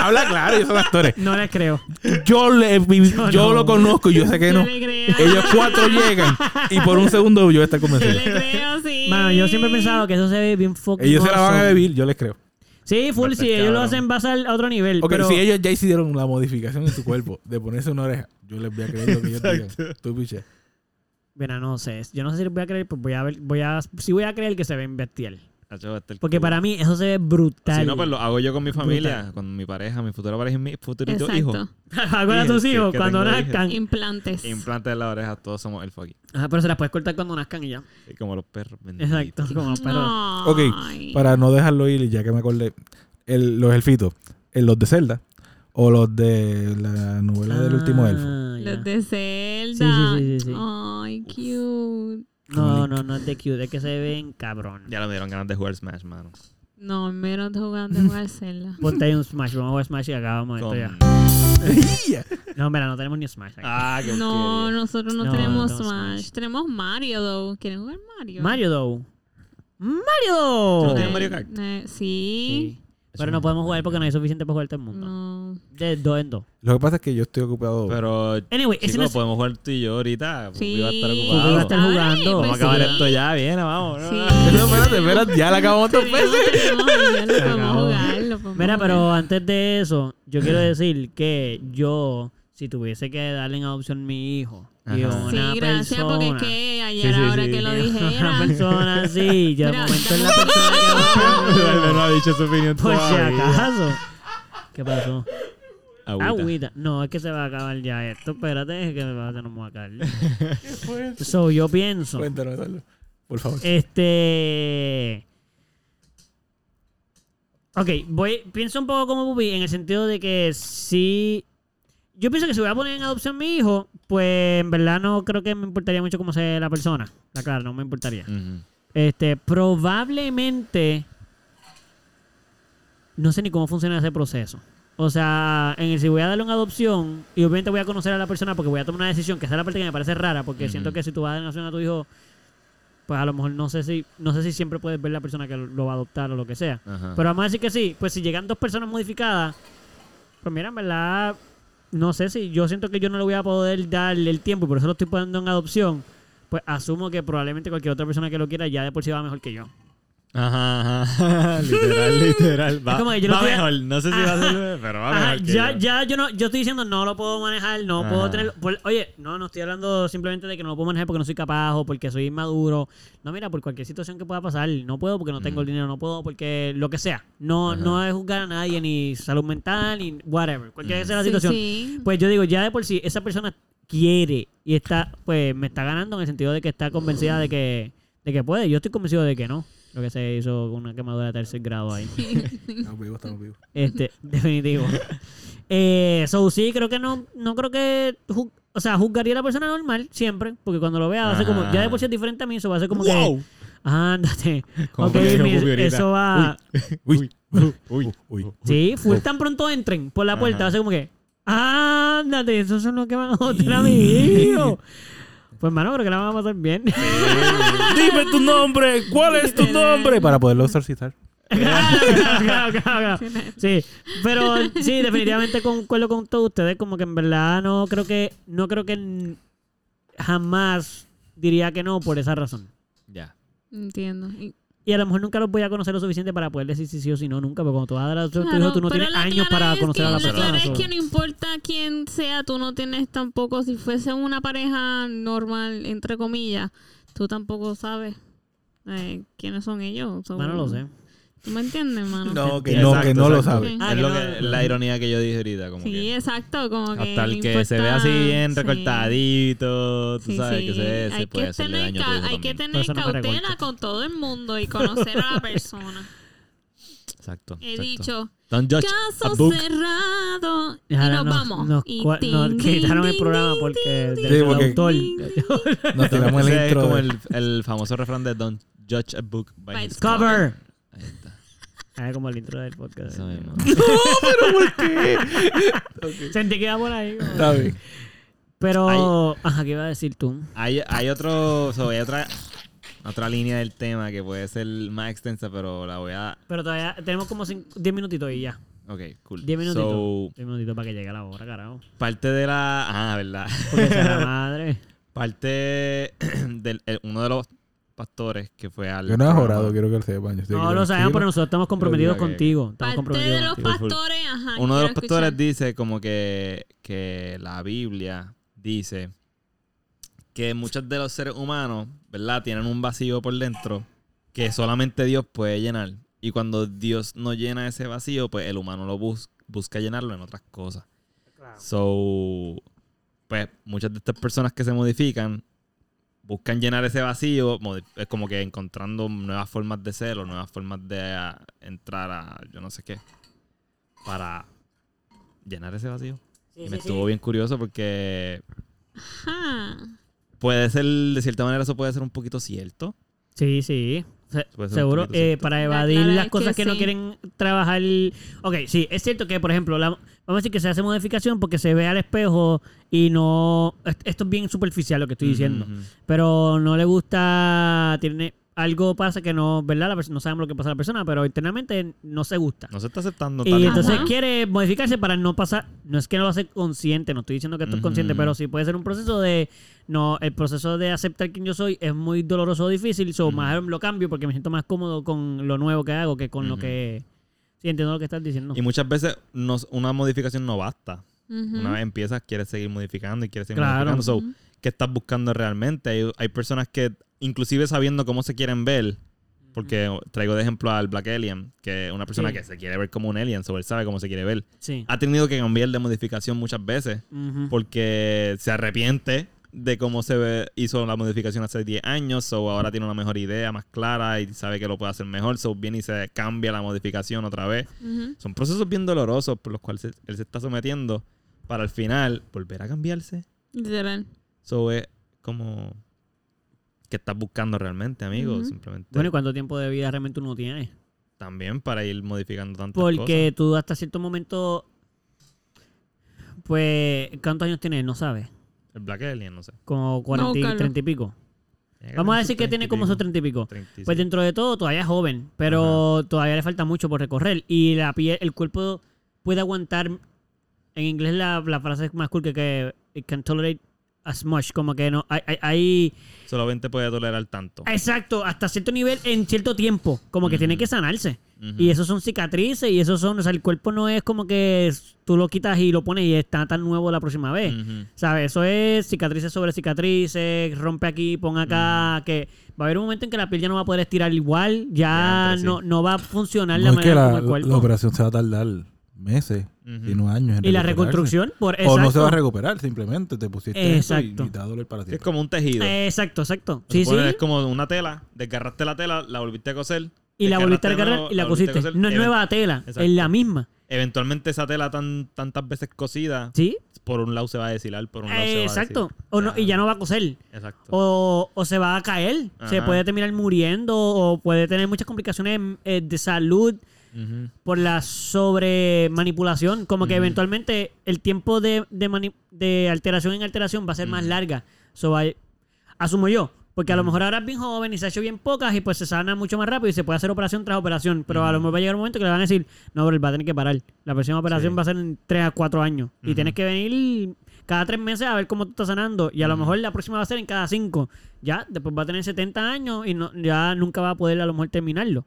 S5: Habla claro, ellos son actores.
S2: no les creo.
S5: Yo, le, vi-
S2: Yo
S5: yo,
S2: no.
S5: lo conozco y yo sé que no.
S3: Yo le creo.
S5: Ellos cuatro llegan y por un segundo yo voy a estar
S3: Yo
S5: convencido.
S3: le creo, sí.
S2: Mano, yo siempre he pensado que eso se ve bien foco.
S5: Ellos se la van a beber, yo les creo.
S2: Sí, full, si
S1: Bastante
S2: ellos lo
S1: cabrón.
S2: hacen vas al- a otro nivel.
S5: Ok,
S2: pero
S5: si ellos ya hicieron la modificación en su cuerpo de ponerse una oreja, yo les voy a creer lo que ellos digan. Tú, piche.
S2: Mira, no sé. Yo no sé si los voy a creer, pues voy a ver, voy a, sí voy a creer que se ve en bestial.
S1: Nacho, este el
S2: Porque
S1: culo.
S2: para mí eso se ve brutal.
S1: Si no, pues lo hago yo con mi familia, con mi pareja, mi futura pareja y mi futurito
S3: Exacto.
S1: hijo.
S2: Hago a tus
S1: Sí,
S2: hijos
S1: que
S2: cuando
S1: tengo
S2: nazcan.
S3: Implantes.
S1: Implante en la oreja, todos somos elfos aquí.
S2: Ajá, pero se las puedes cortar cuando nazcan y ya.
S1: Sí, Como los perros. bendito.
S2: Exacto, como los perros.
S5: Ok,
S3: Ay.
S5: para no dejarlo ir, ya que me acordé, el- los elfitos, el- los de Zelda o los de la novela del último elfo.
S2: Ah, ya.
S3: Los de Zelda.
S2: Sí, sí, sí, sí, sí.
S3: Ay, cute.
S2: No, no, no es de cute, es que se ven cabrón.
S1: Ya lo me dieron ganas de jugar Smash, mano.
S3: No, menos jugando jugar Zelda.
S2: Ponte ahí un Smash, vamos a jugar Smash y acabamos esto
S1: Con-
S2: ya. No, mira, no tenemos ni Smash. aquí.
S1: Ah, qué
S3: No,
S1: porquería.
S3: nosotros no,
S2: No,
S3: tenemos
S2: no
S3: Smash.
S2: tenemos Smash.
S3: Tenemos Mario, though. ¿Quieren jugar Mario?
S2: Mario Dow. Mario Dow.
S1: ¿No
S3: Eh,
S1: tienen Mario Kart?
S3: eh, sí.
S2: Sí. Pero no podemos jugar porque no hay suficiente para jugar todo el mundo.
S3: No.
S2: De dos en dos.
S5: Lo que pasa es que yo estoy ocupado.
S1: Pero,
S2: Anyway, ese
S1: chicos,
S2: no es...
S1: podemos jugar tú y yo ahorita.
S3: Sí.
S1: Yo voy a estar
S2: Porque
S1: ocupado.
S2: iba a estar
S3: Ay,
S2: jugando.
S3: pues
S1: Vamos a
S3: sí.
S1: acabar Ah, esto ya, viene, vamos.
S3: Sí.
S5: No, espérate, espérate, ya la acabamos dos
S3: Tenemos-
S5: veces.
S3: tenemos, ya lo podemos
S2: acabó.
S3: jugar, lo podemos
S2: Mira,
S3: jugar.
S2: pero antes de eso, yo quiero decir que yo, si tuviese que darle en adopción a mi hijo y
S1: Ajá.
S2: una
S3: Sí, gracias,
S2: persona...
S3: porque es que
S1: Sí,
S3: ayer,
S1: sí,
S3: ahora
S1: sí.
S3: que lo
S2: Una
S3: dijera.
S2: persona así, ya de
S3: Mira,
S2: momento es la
S3: estamos-
S2: persona que adopta.
S1: Eduardo no ha dicho su opinión
S2: Por si
S1: todavía.
S2: acaso. ¿Qué pasó?
S1: Agüita.
S2: Agüita. No, es que se va a acabar ya esto. Espérate, es que se va a tener a caer. so, yo pienso.
S5: Cuéntanos, Eduardo, por favor.
S2: Este. Ok, voy, pienso un poco como Pupi en el sentido de que si... Yo pienso que si voy a poner en adopción mi hijo, pues en verdad no creo que me importaría mucho cómo sea la persona. Está claro, no me importaría.
S1: Ujú.
S2: Este, probablemente. No sé ni cómo funciona ese proceso. O sea, en el, si voy a darle una adopción, y obviamente voy a conocer a la persona porque voy a tomar una decisión, que esa es la parte que me parece rara, porque
S1: Ujú.
S2: siento que si tú vas a dar una adopción a tu hijo, pues a lo mejor no sé si, no sé si siempre puedes ver la persona que lo- lo va a adoptar o lo que sea.
S1: Ajá.
S2: Pero vamos a decir que sí, pues si llegan dos personas modificadas, pues mira, en verdad, no sé si yo siento que yo no le voy a poder darle el tiempo y por eso lo estoy poniendo en adopción, pues asumo que probablemente cualquier otra persona que lo quiera ya de por sí va mejor que yo.
S1: Ajá, ajá. literal, literal. Va,
S2: Es como que yo no
S1: va
S2: estoy-
S1: mejor. No sé si va a ser, pero va
S2: Ajá,
S1: Ah, mejor. que
S2: ya,
S1: yo.
S2: ya yo no, yo estoy diciendo no lo puedo manejar, no puedo
S1: Ajá.
S2: tener. por- oye, no, no estoy hablando simplemente de que no lo puedo manejar porque no soy capaz o porque soy inmaduro. No, mira, por cualquier situación que pueda pasar, no puedo porque no tengo el dinero, no puedo porque lo que sea. No,
S1: Mm. Ajá. Mm.
S2: no es juzgar a nadie, ni salud mental, ni whatever. Cualquier que sea la
S3: Sí,
S2: situación.
S3: sí.
S2: Pues yo digo, ya de por sí, esa persona quiere y está, pues me está ganando en el sentido de que está convencida de que, de que puede. Yo estoy convencido de que no. Lo que se hizo una quemadura de tercer grado ahí.
S5: Estamos vivos, estamos vivos.
S2: Este, definitivo. Eh, so, sí, creo que no, no creo que. ju- O sea, juzgaría a la persona normal siempre, porque cuando lo vea va a ser como. Ya de por sí es diferente a mí, eso va a ser como que. "Ah, Ándate.
S1: Como
S2: Ok,
S1: que dijo
S2: mis-
S1: Pupi ahorita.
S2: eso va.
S5: Uy,
S1: Uy, uy.
S5: uy.
S2: Sí, full tan pronto entren por la puerta,
S1: Ajá.
S2: va a ser como que. Ándate, esos son los que van a joder a mi hijo. Pues, mano, creo que la van a pasar bien.
S5: Dime tu nombre, ¿cuál es tu nombre? Para poderlo exorcizar.
S2: Claro, claro, claro, claro, claro. Sí, pero sí, definitivamente concuerdo con todos ustedes, como que en verdad no creo que no creo que n- jamás diría que no por esa razón.
S1: Ya.
S3: Entiendo. Y-
S2: Y a lo mejor nunca los voy a conocer lo suficiente para poder decir si sí o si no, nunca, porque cuando tú vas a dar a tu hijo,
S3: Claro,
S2: tú no
S3: pero
S2: tienes
S3: la
S2: años
S3: clara
S2: para
S3: es
S2: conocer a la
S3: que-
S2: persona.
S3: La clara es
S2: so-
S3: que no importa quién sea, tú no tienes tampoco, si fuese una pareja normal, entre comillas, tú tampoco sabes eh, quiénes son ellos. so-
S2: Bueno, lo sé.
S3: ¿Tú me entiendes, mano?
S5: que no, que no lo sabe.
S1: Es
S2: Ah, que
S1: lo
S2: no-
S1: que- la ironía que yo dije ahorita. Como
S3: Sí,
S1: que,
S3: exacto, como que
S1: hasta
S3: no
S1: el que se ve
S3: importa,
S1: así bien
S3: sí.
S1: recortadito, tú
S3: Sí,
S1: sabes que
S3: sí.
S1: se, se
S3: hay
S1: puede
S3: que
S1: hacerle
S3: tener,
S1: daño
S3: ca-
S1: a tu hijo
S3: hay que
S2: Pero
S1: también.
S3: tener
S2: eso no me
S3: cautela
S2: recorta.
S3: con todo el mundo y conocer a la persona.
S1: Exacto.
S3: He
S1: exacto.
S3: dicho,
S1: Don't judge a
S3: caso
S1: book.
S3: cerrado. Y
S2: Ahora
S3: nos
S2: nos-
S3: vamos.
S2: nos
S3: Y
S2: cua-
S3: ting,
S2: nos
S3: ting,
S2: quitaron el
S3: ting,
S2: programa
S3: ting,
S2: porque
S3: ting,
S2: del-
S5: Sí,
S2: del
S5: porque-
S2: autor.
S3: ting, ting.
S5: Nos tiramos
S1: Ese
S5: el
S1: es
S5: intro.
S1: como
S5: de-
S1: el, el famoso refrán de Don't judge a book by,
S3: By
S1: its
S3: its
S1: cover.
S2: Cover.
S1: Ahí está.
S2: Ah, es como el intro del podcast.
S1: Eso mismo.
S2: Sentí que iba por ahí. como-
S5: Está bien.
S2: Pero, ajá, ¿qué iba a decir tú?
S1: Hay, hay otro, so, hay otra, otra línea del tema que puede ser más extensa, pero la voy a...
S2: Pero todavía tenemos como 10 minutitos y ya.
S1: Ok, cool.
S2: 10 minutitos.
S1: So,
S2: 10 minutitos para que llegue la hora, carajo.
S1: parte de la... Ah, verdad.
S2: Porque sea la madre.
S1: Parte del el- uno de los pastores que fue al...
S5: Yo no he
S1: programa.
S5: jurado, quiero que lo sepan. yo estoy
S2: No
S5: aquí
S2: lo sabemos, pero
S5: tranquilo.
S2: nosotros estamos comprometidos
S1: Yo diría que-
S2: contigo. Estamos
S3: Parte
S2: comprometidos
S3: de los
S2: contigo.
S3: pastores, ajá.
S1: Uno de los
S3: quiero
S1: pastores
S3: escuchar.
S1: dice como que, que la Biblia dice que muchos de los seres humanos, ¿verdad? Tienen un vacío por dentro que solamente Dios puede llenar. Y cuando Dios no llena ese vacío, pues el humano lo bus- busca llenarlo en otras cosas. So, pues muchas de estas personas que se modifican buscan llenar ese vacío, modi- es como que encontrando nuevas formas de ser o nuevas formas de ah, entrar a yo no sé qué para llenar ese vacío. y me estuvo bien curioso porque
S3: Ajá.
S1: puede ser, de cierta manera, eso puede ser un poquito cierto.
S2: Sí, sí. Se-
S1: Puede ser un
S2: seguro,
S1: poquito
S2: eh,
S1: cierto.
S2: para
S3: La
S2: evadir
S3: clara
S2: las
S3: es
S2: cosas
S3: que
S2: que, no
S3: sí.
S2: quieren trabajar. Ok, sí, es cierto que, por ejemplo, la- vamos a decir que se hace modificación porque se ve al espejo y no. est- Esto es bien superficial lo que estoy diciendo.
S1: Ujú, ujú.
S2: pero no le gusta, tiene algo pasa que no, ¿verdad? La persona- no sabemos lo que pasa a la persona, pero internamente no se gusta.
S1: No se está aceptando tal
S2: Y
S1: y
S2: entonces
S1: como es.
S2: quiere modificarse para no pasar, no es que no lo hace consciente, no estoy diciendo que esto es
S1: Ujú.
S2: consciente, pero sí puede ser un proceso de, no, el proceso de aceptar quién yo soy es muy doloroso o difícil, so
S1: Ujú.
S2: más lo cambio porque me siento más cómodo con lo nuevo que hago que con lo
S1: Ujú.
S2: que... Sí, entiendo lo que estás diciendo.
S1: Y muchas veces nos- una modificación no basta.
S3: Ujú.
S1: Una vez empiezas, quieres seguir modificando y quieres seguir
S2: Claro.
S1: modificando. So,
S3: Ujú.
S1: ¿Qué estás buscando realmente? Hay, hay personas que, inclusive sabiendo cómo se quieren ver, porque traigo de ejemplo al Black Alien, que es una persona
S2: Sí.
S1: que se quiere ver como un alien, sobre él sabe cómo se quiere ver.
S2: Sí.
S1: Ha tenido que cambiar de modificación muchas veces
S2: Ujú.
S1: porque se arrepiente de cómo se ve- hizo la modificación hace 10 años, so ahora tiene una mejor idea, más clara y sabe que lo puede hacer mejor, so viene y se cambia la modificación otra vez.
S3: Ujú.
S1: Son procesos bien dolorosos por los cuales se- él se está sometiendo para al final volver a cambiarse.
S3: Literal.
S1: So es como que estás buscando realmente, amigo,
S3: Ujú.
S1: simplemente
S2: Bueno, ¿y cuánto tiempo de vida realmente uno tiene?
S1: también para ir modificando tantas cosas.
S2: Porque tú hasta cierto momento, pues, ¿cuántos años tiene él? No sabes.
S1: El Black Alien, no sé.
S2: Como 40 y
S3: Carlos.
S2: 30 y pico.
S1: Tiene que
S2: Vamos a
S1: tener
S2: decir
S1: sus
S2: que
S1: 30 y
S2: tiene como
S1: pico,
S2: sus 30 y pico.
S1: 35.
S2: Pues dentro de todo todavía es joven, pero todavía le falta mucho por recorrer. Y la piel, el cuerpo puede aguantar, en inglés la, la frase es más cool que, que it can tolerate as much, como que no, hay, hay- hay-
S1: Solamente puede tolerar tanto.
S2: exacto, hasta cierto nivel en cierto tiempo, como que tiene
S1: Ujú.
S2: que sanarse.
S1: Ujú.
S2: Y eso son cicatrices y eso son, o sea, el cuerpo no es como que es- tú lo quitas y lo pones y está tan nuevo la próxima vez.
S1: Ujú.
S2: ¿Sabes? Eso es cicatrices sobre cicatrices, rompe aquí, pon
S1: Mm.
S2: acá, que va a haber un momento en que la piel ya no va a poder estirar igual, ya
S1: Diantre, sí.
S2: no, no va a funcionar
S5: No
S2: la
S5: es que
S2: manera como
S5: la,
S2: el
S5: la-
S2: cuerpo.
S5: la operación se va a tardar meses,
S1: Ujú.
S5: y no años. en
S2: y la
S5: recuperarse.
S2: reconstrucción, por
S5: O no se
S2: exacto.
S5: va a recuperar, simplemente te pusiste eso
S2: Exacto.
S5: y, y te da dolor para
S1: Sí, pues. Es
S5: siempre.
S1: como un tejido.
S2: Eh, Exacto, exacto.
S1: Se
S2: Sí, sí.
S1: supone que Es como una tela, desgarraste la tela, la volviste a coser.
S2: Y la volviste a
S1: desgarraste de
S2: recargar
S1: nuevo,
S2: y la
S1: volviste a
S2: cosiste.
S1: coser.
S2: No es
S1: Even-
S2: nueva tela,
S1: Exacto.
S2: es la misma.
S1: Eventualmente esa tela tan, tantas veces cosida,
S2: ¿Sí?
S1: por un lado se va a deshilar, por un lado se
S2: Eh,
S1: va a
S2: exacto.
S1: deshilar.
S2: O no, y ya no va a coser.
S1: Exacto.
S2: O, o se va a caer. Se
S1: Ajá.
S2: puede terminar muriendo o puede tener muchas complicaciones eh, de salud.
S1: Ujú.
S2: por la sobremanipulación. Como que
S1: Ujú.
S2: eventualmente el tiempo de, de, mani- de alteración en alteración va a ser más larga. So, hay- asumo yo. Porque a lo mejor ahora es bien joven y se ha hecho bien pocas y pues se sana mucho más rápido y se puede hacer operación tras operación. Pero a lo mejor va a llegar un momento que le van a decir, no, pero él va a tener que parar. La próxima operación
S1: Sí.
S2: va a ser en 3 a 4 años. Y
S1: Ujú.
S2: tienes que venir cada 3 meses a ver cómo tú estás sanando. Y a lo
S1: Ujú.
S2: mejor la próxima va a ser en cada 5. Ya, después va a tener 70 años y no, ya nunca va a poder a lo mejor terminarlo.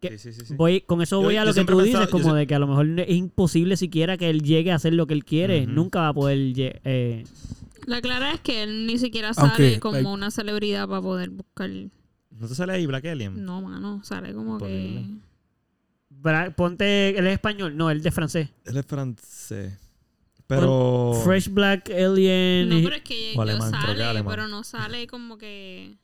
S2: que
S1: Sí, sí, sí, sí.
S2: Voy, con eso
S1: Yo-
S2: voy a
S1: yo
S2: lo que
S1: siempre
S2: tú
S1: he
S2: dices,
S1: pensado- yo
S2: como
S1: sie-
S2: de que a lo mejor es imposible siquiera que él llegue a hacer lo que él quiere.
S1: Ujú.
S2: Nunca va a poder. lle- eh,
S3: La clara es que él ni siquiera sale
S5: Aunque,
S3: como
S5: like-
S3: una celebridad para poder buscar.
S1: Mm. ¿No te sale ahí Black Alien?
S3: No, mano, sale como que.
S1: Disponible.
S2: Bra- ponte, él es español, no, él es francés.
S1: Él es francés. Pero.
S2: Fresh Black Alien.
S3: No, pero es que
S1: O
S3: yo
S1: alemán, creo que
S3: sale,
S1: es alemán.
S3: pero no sale como que.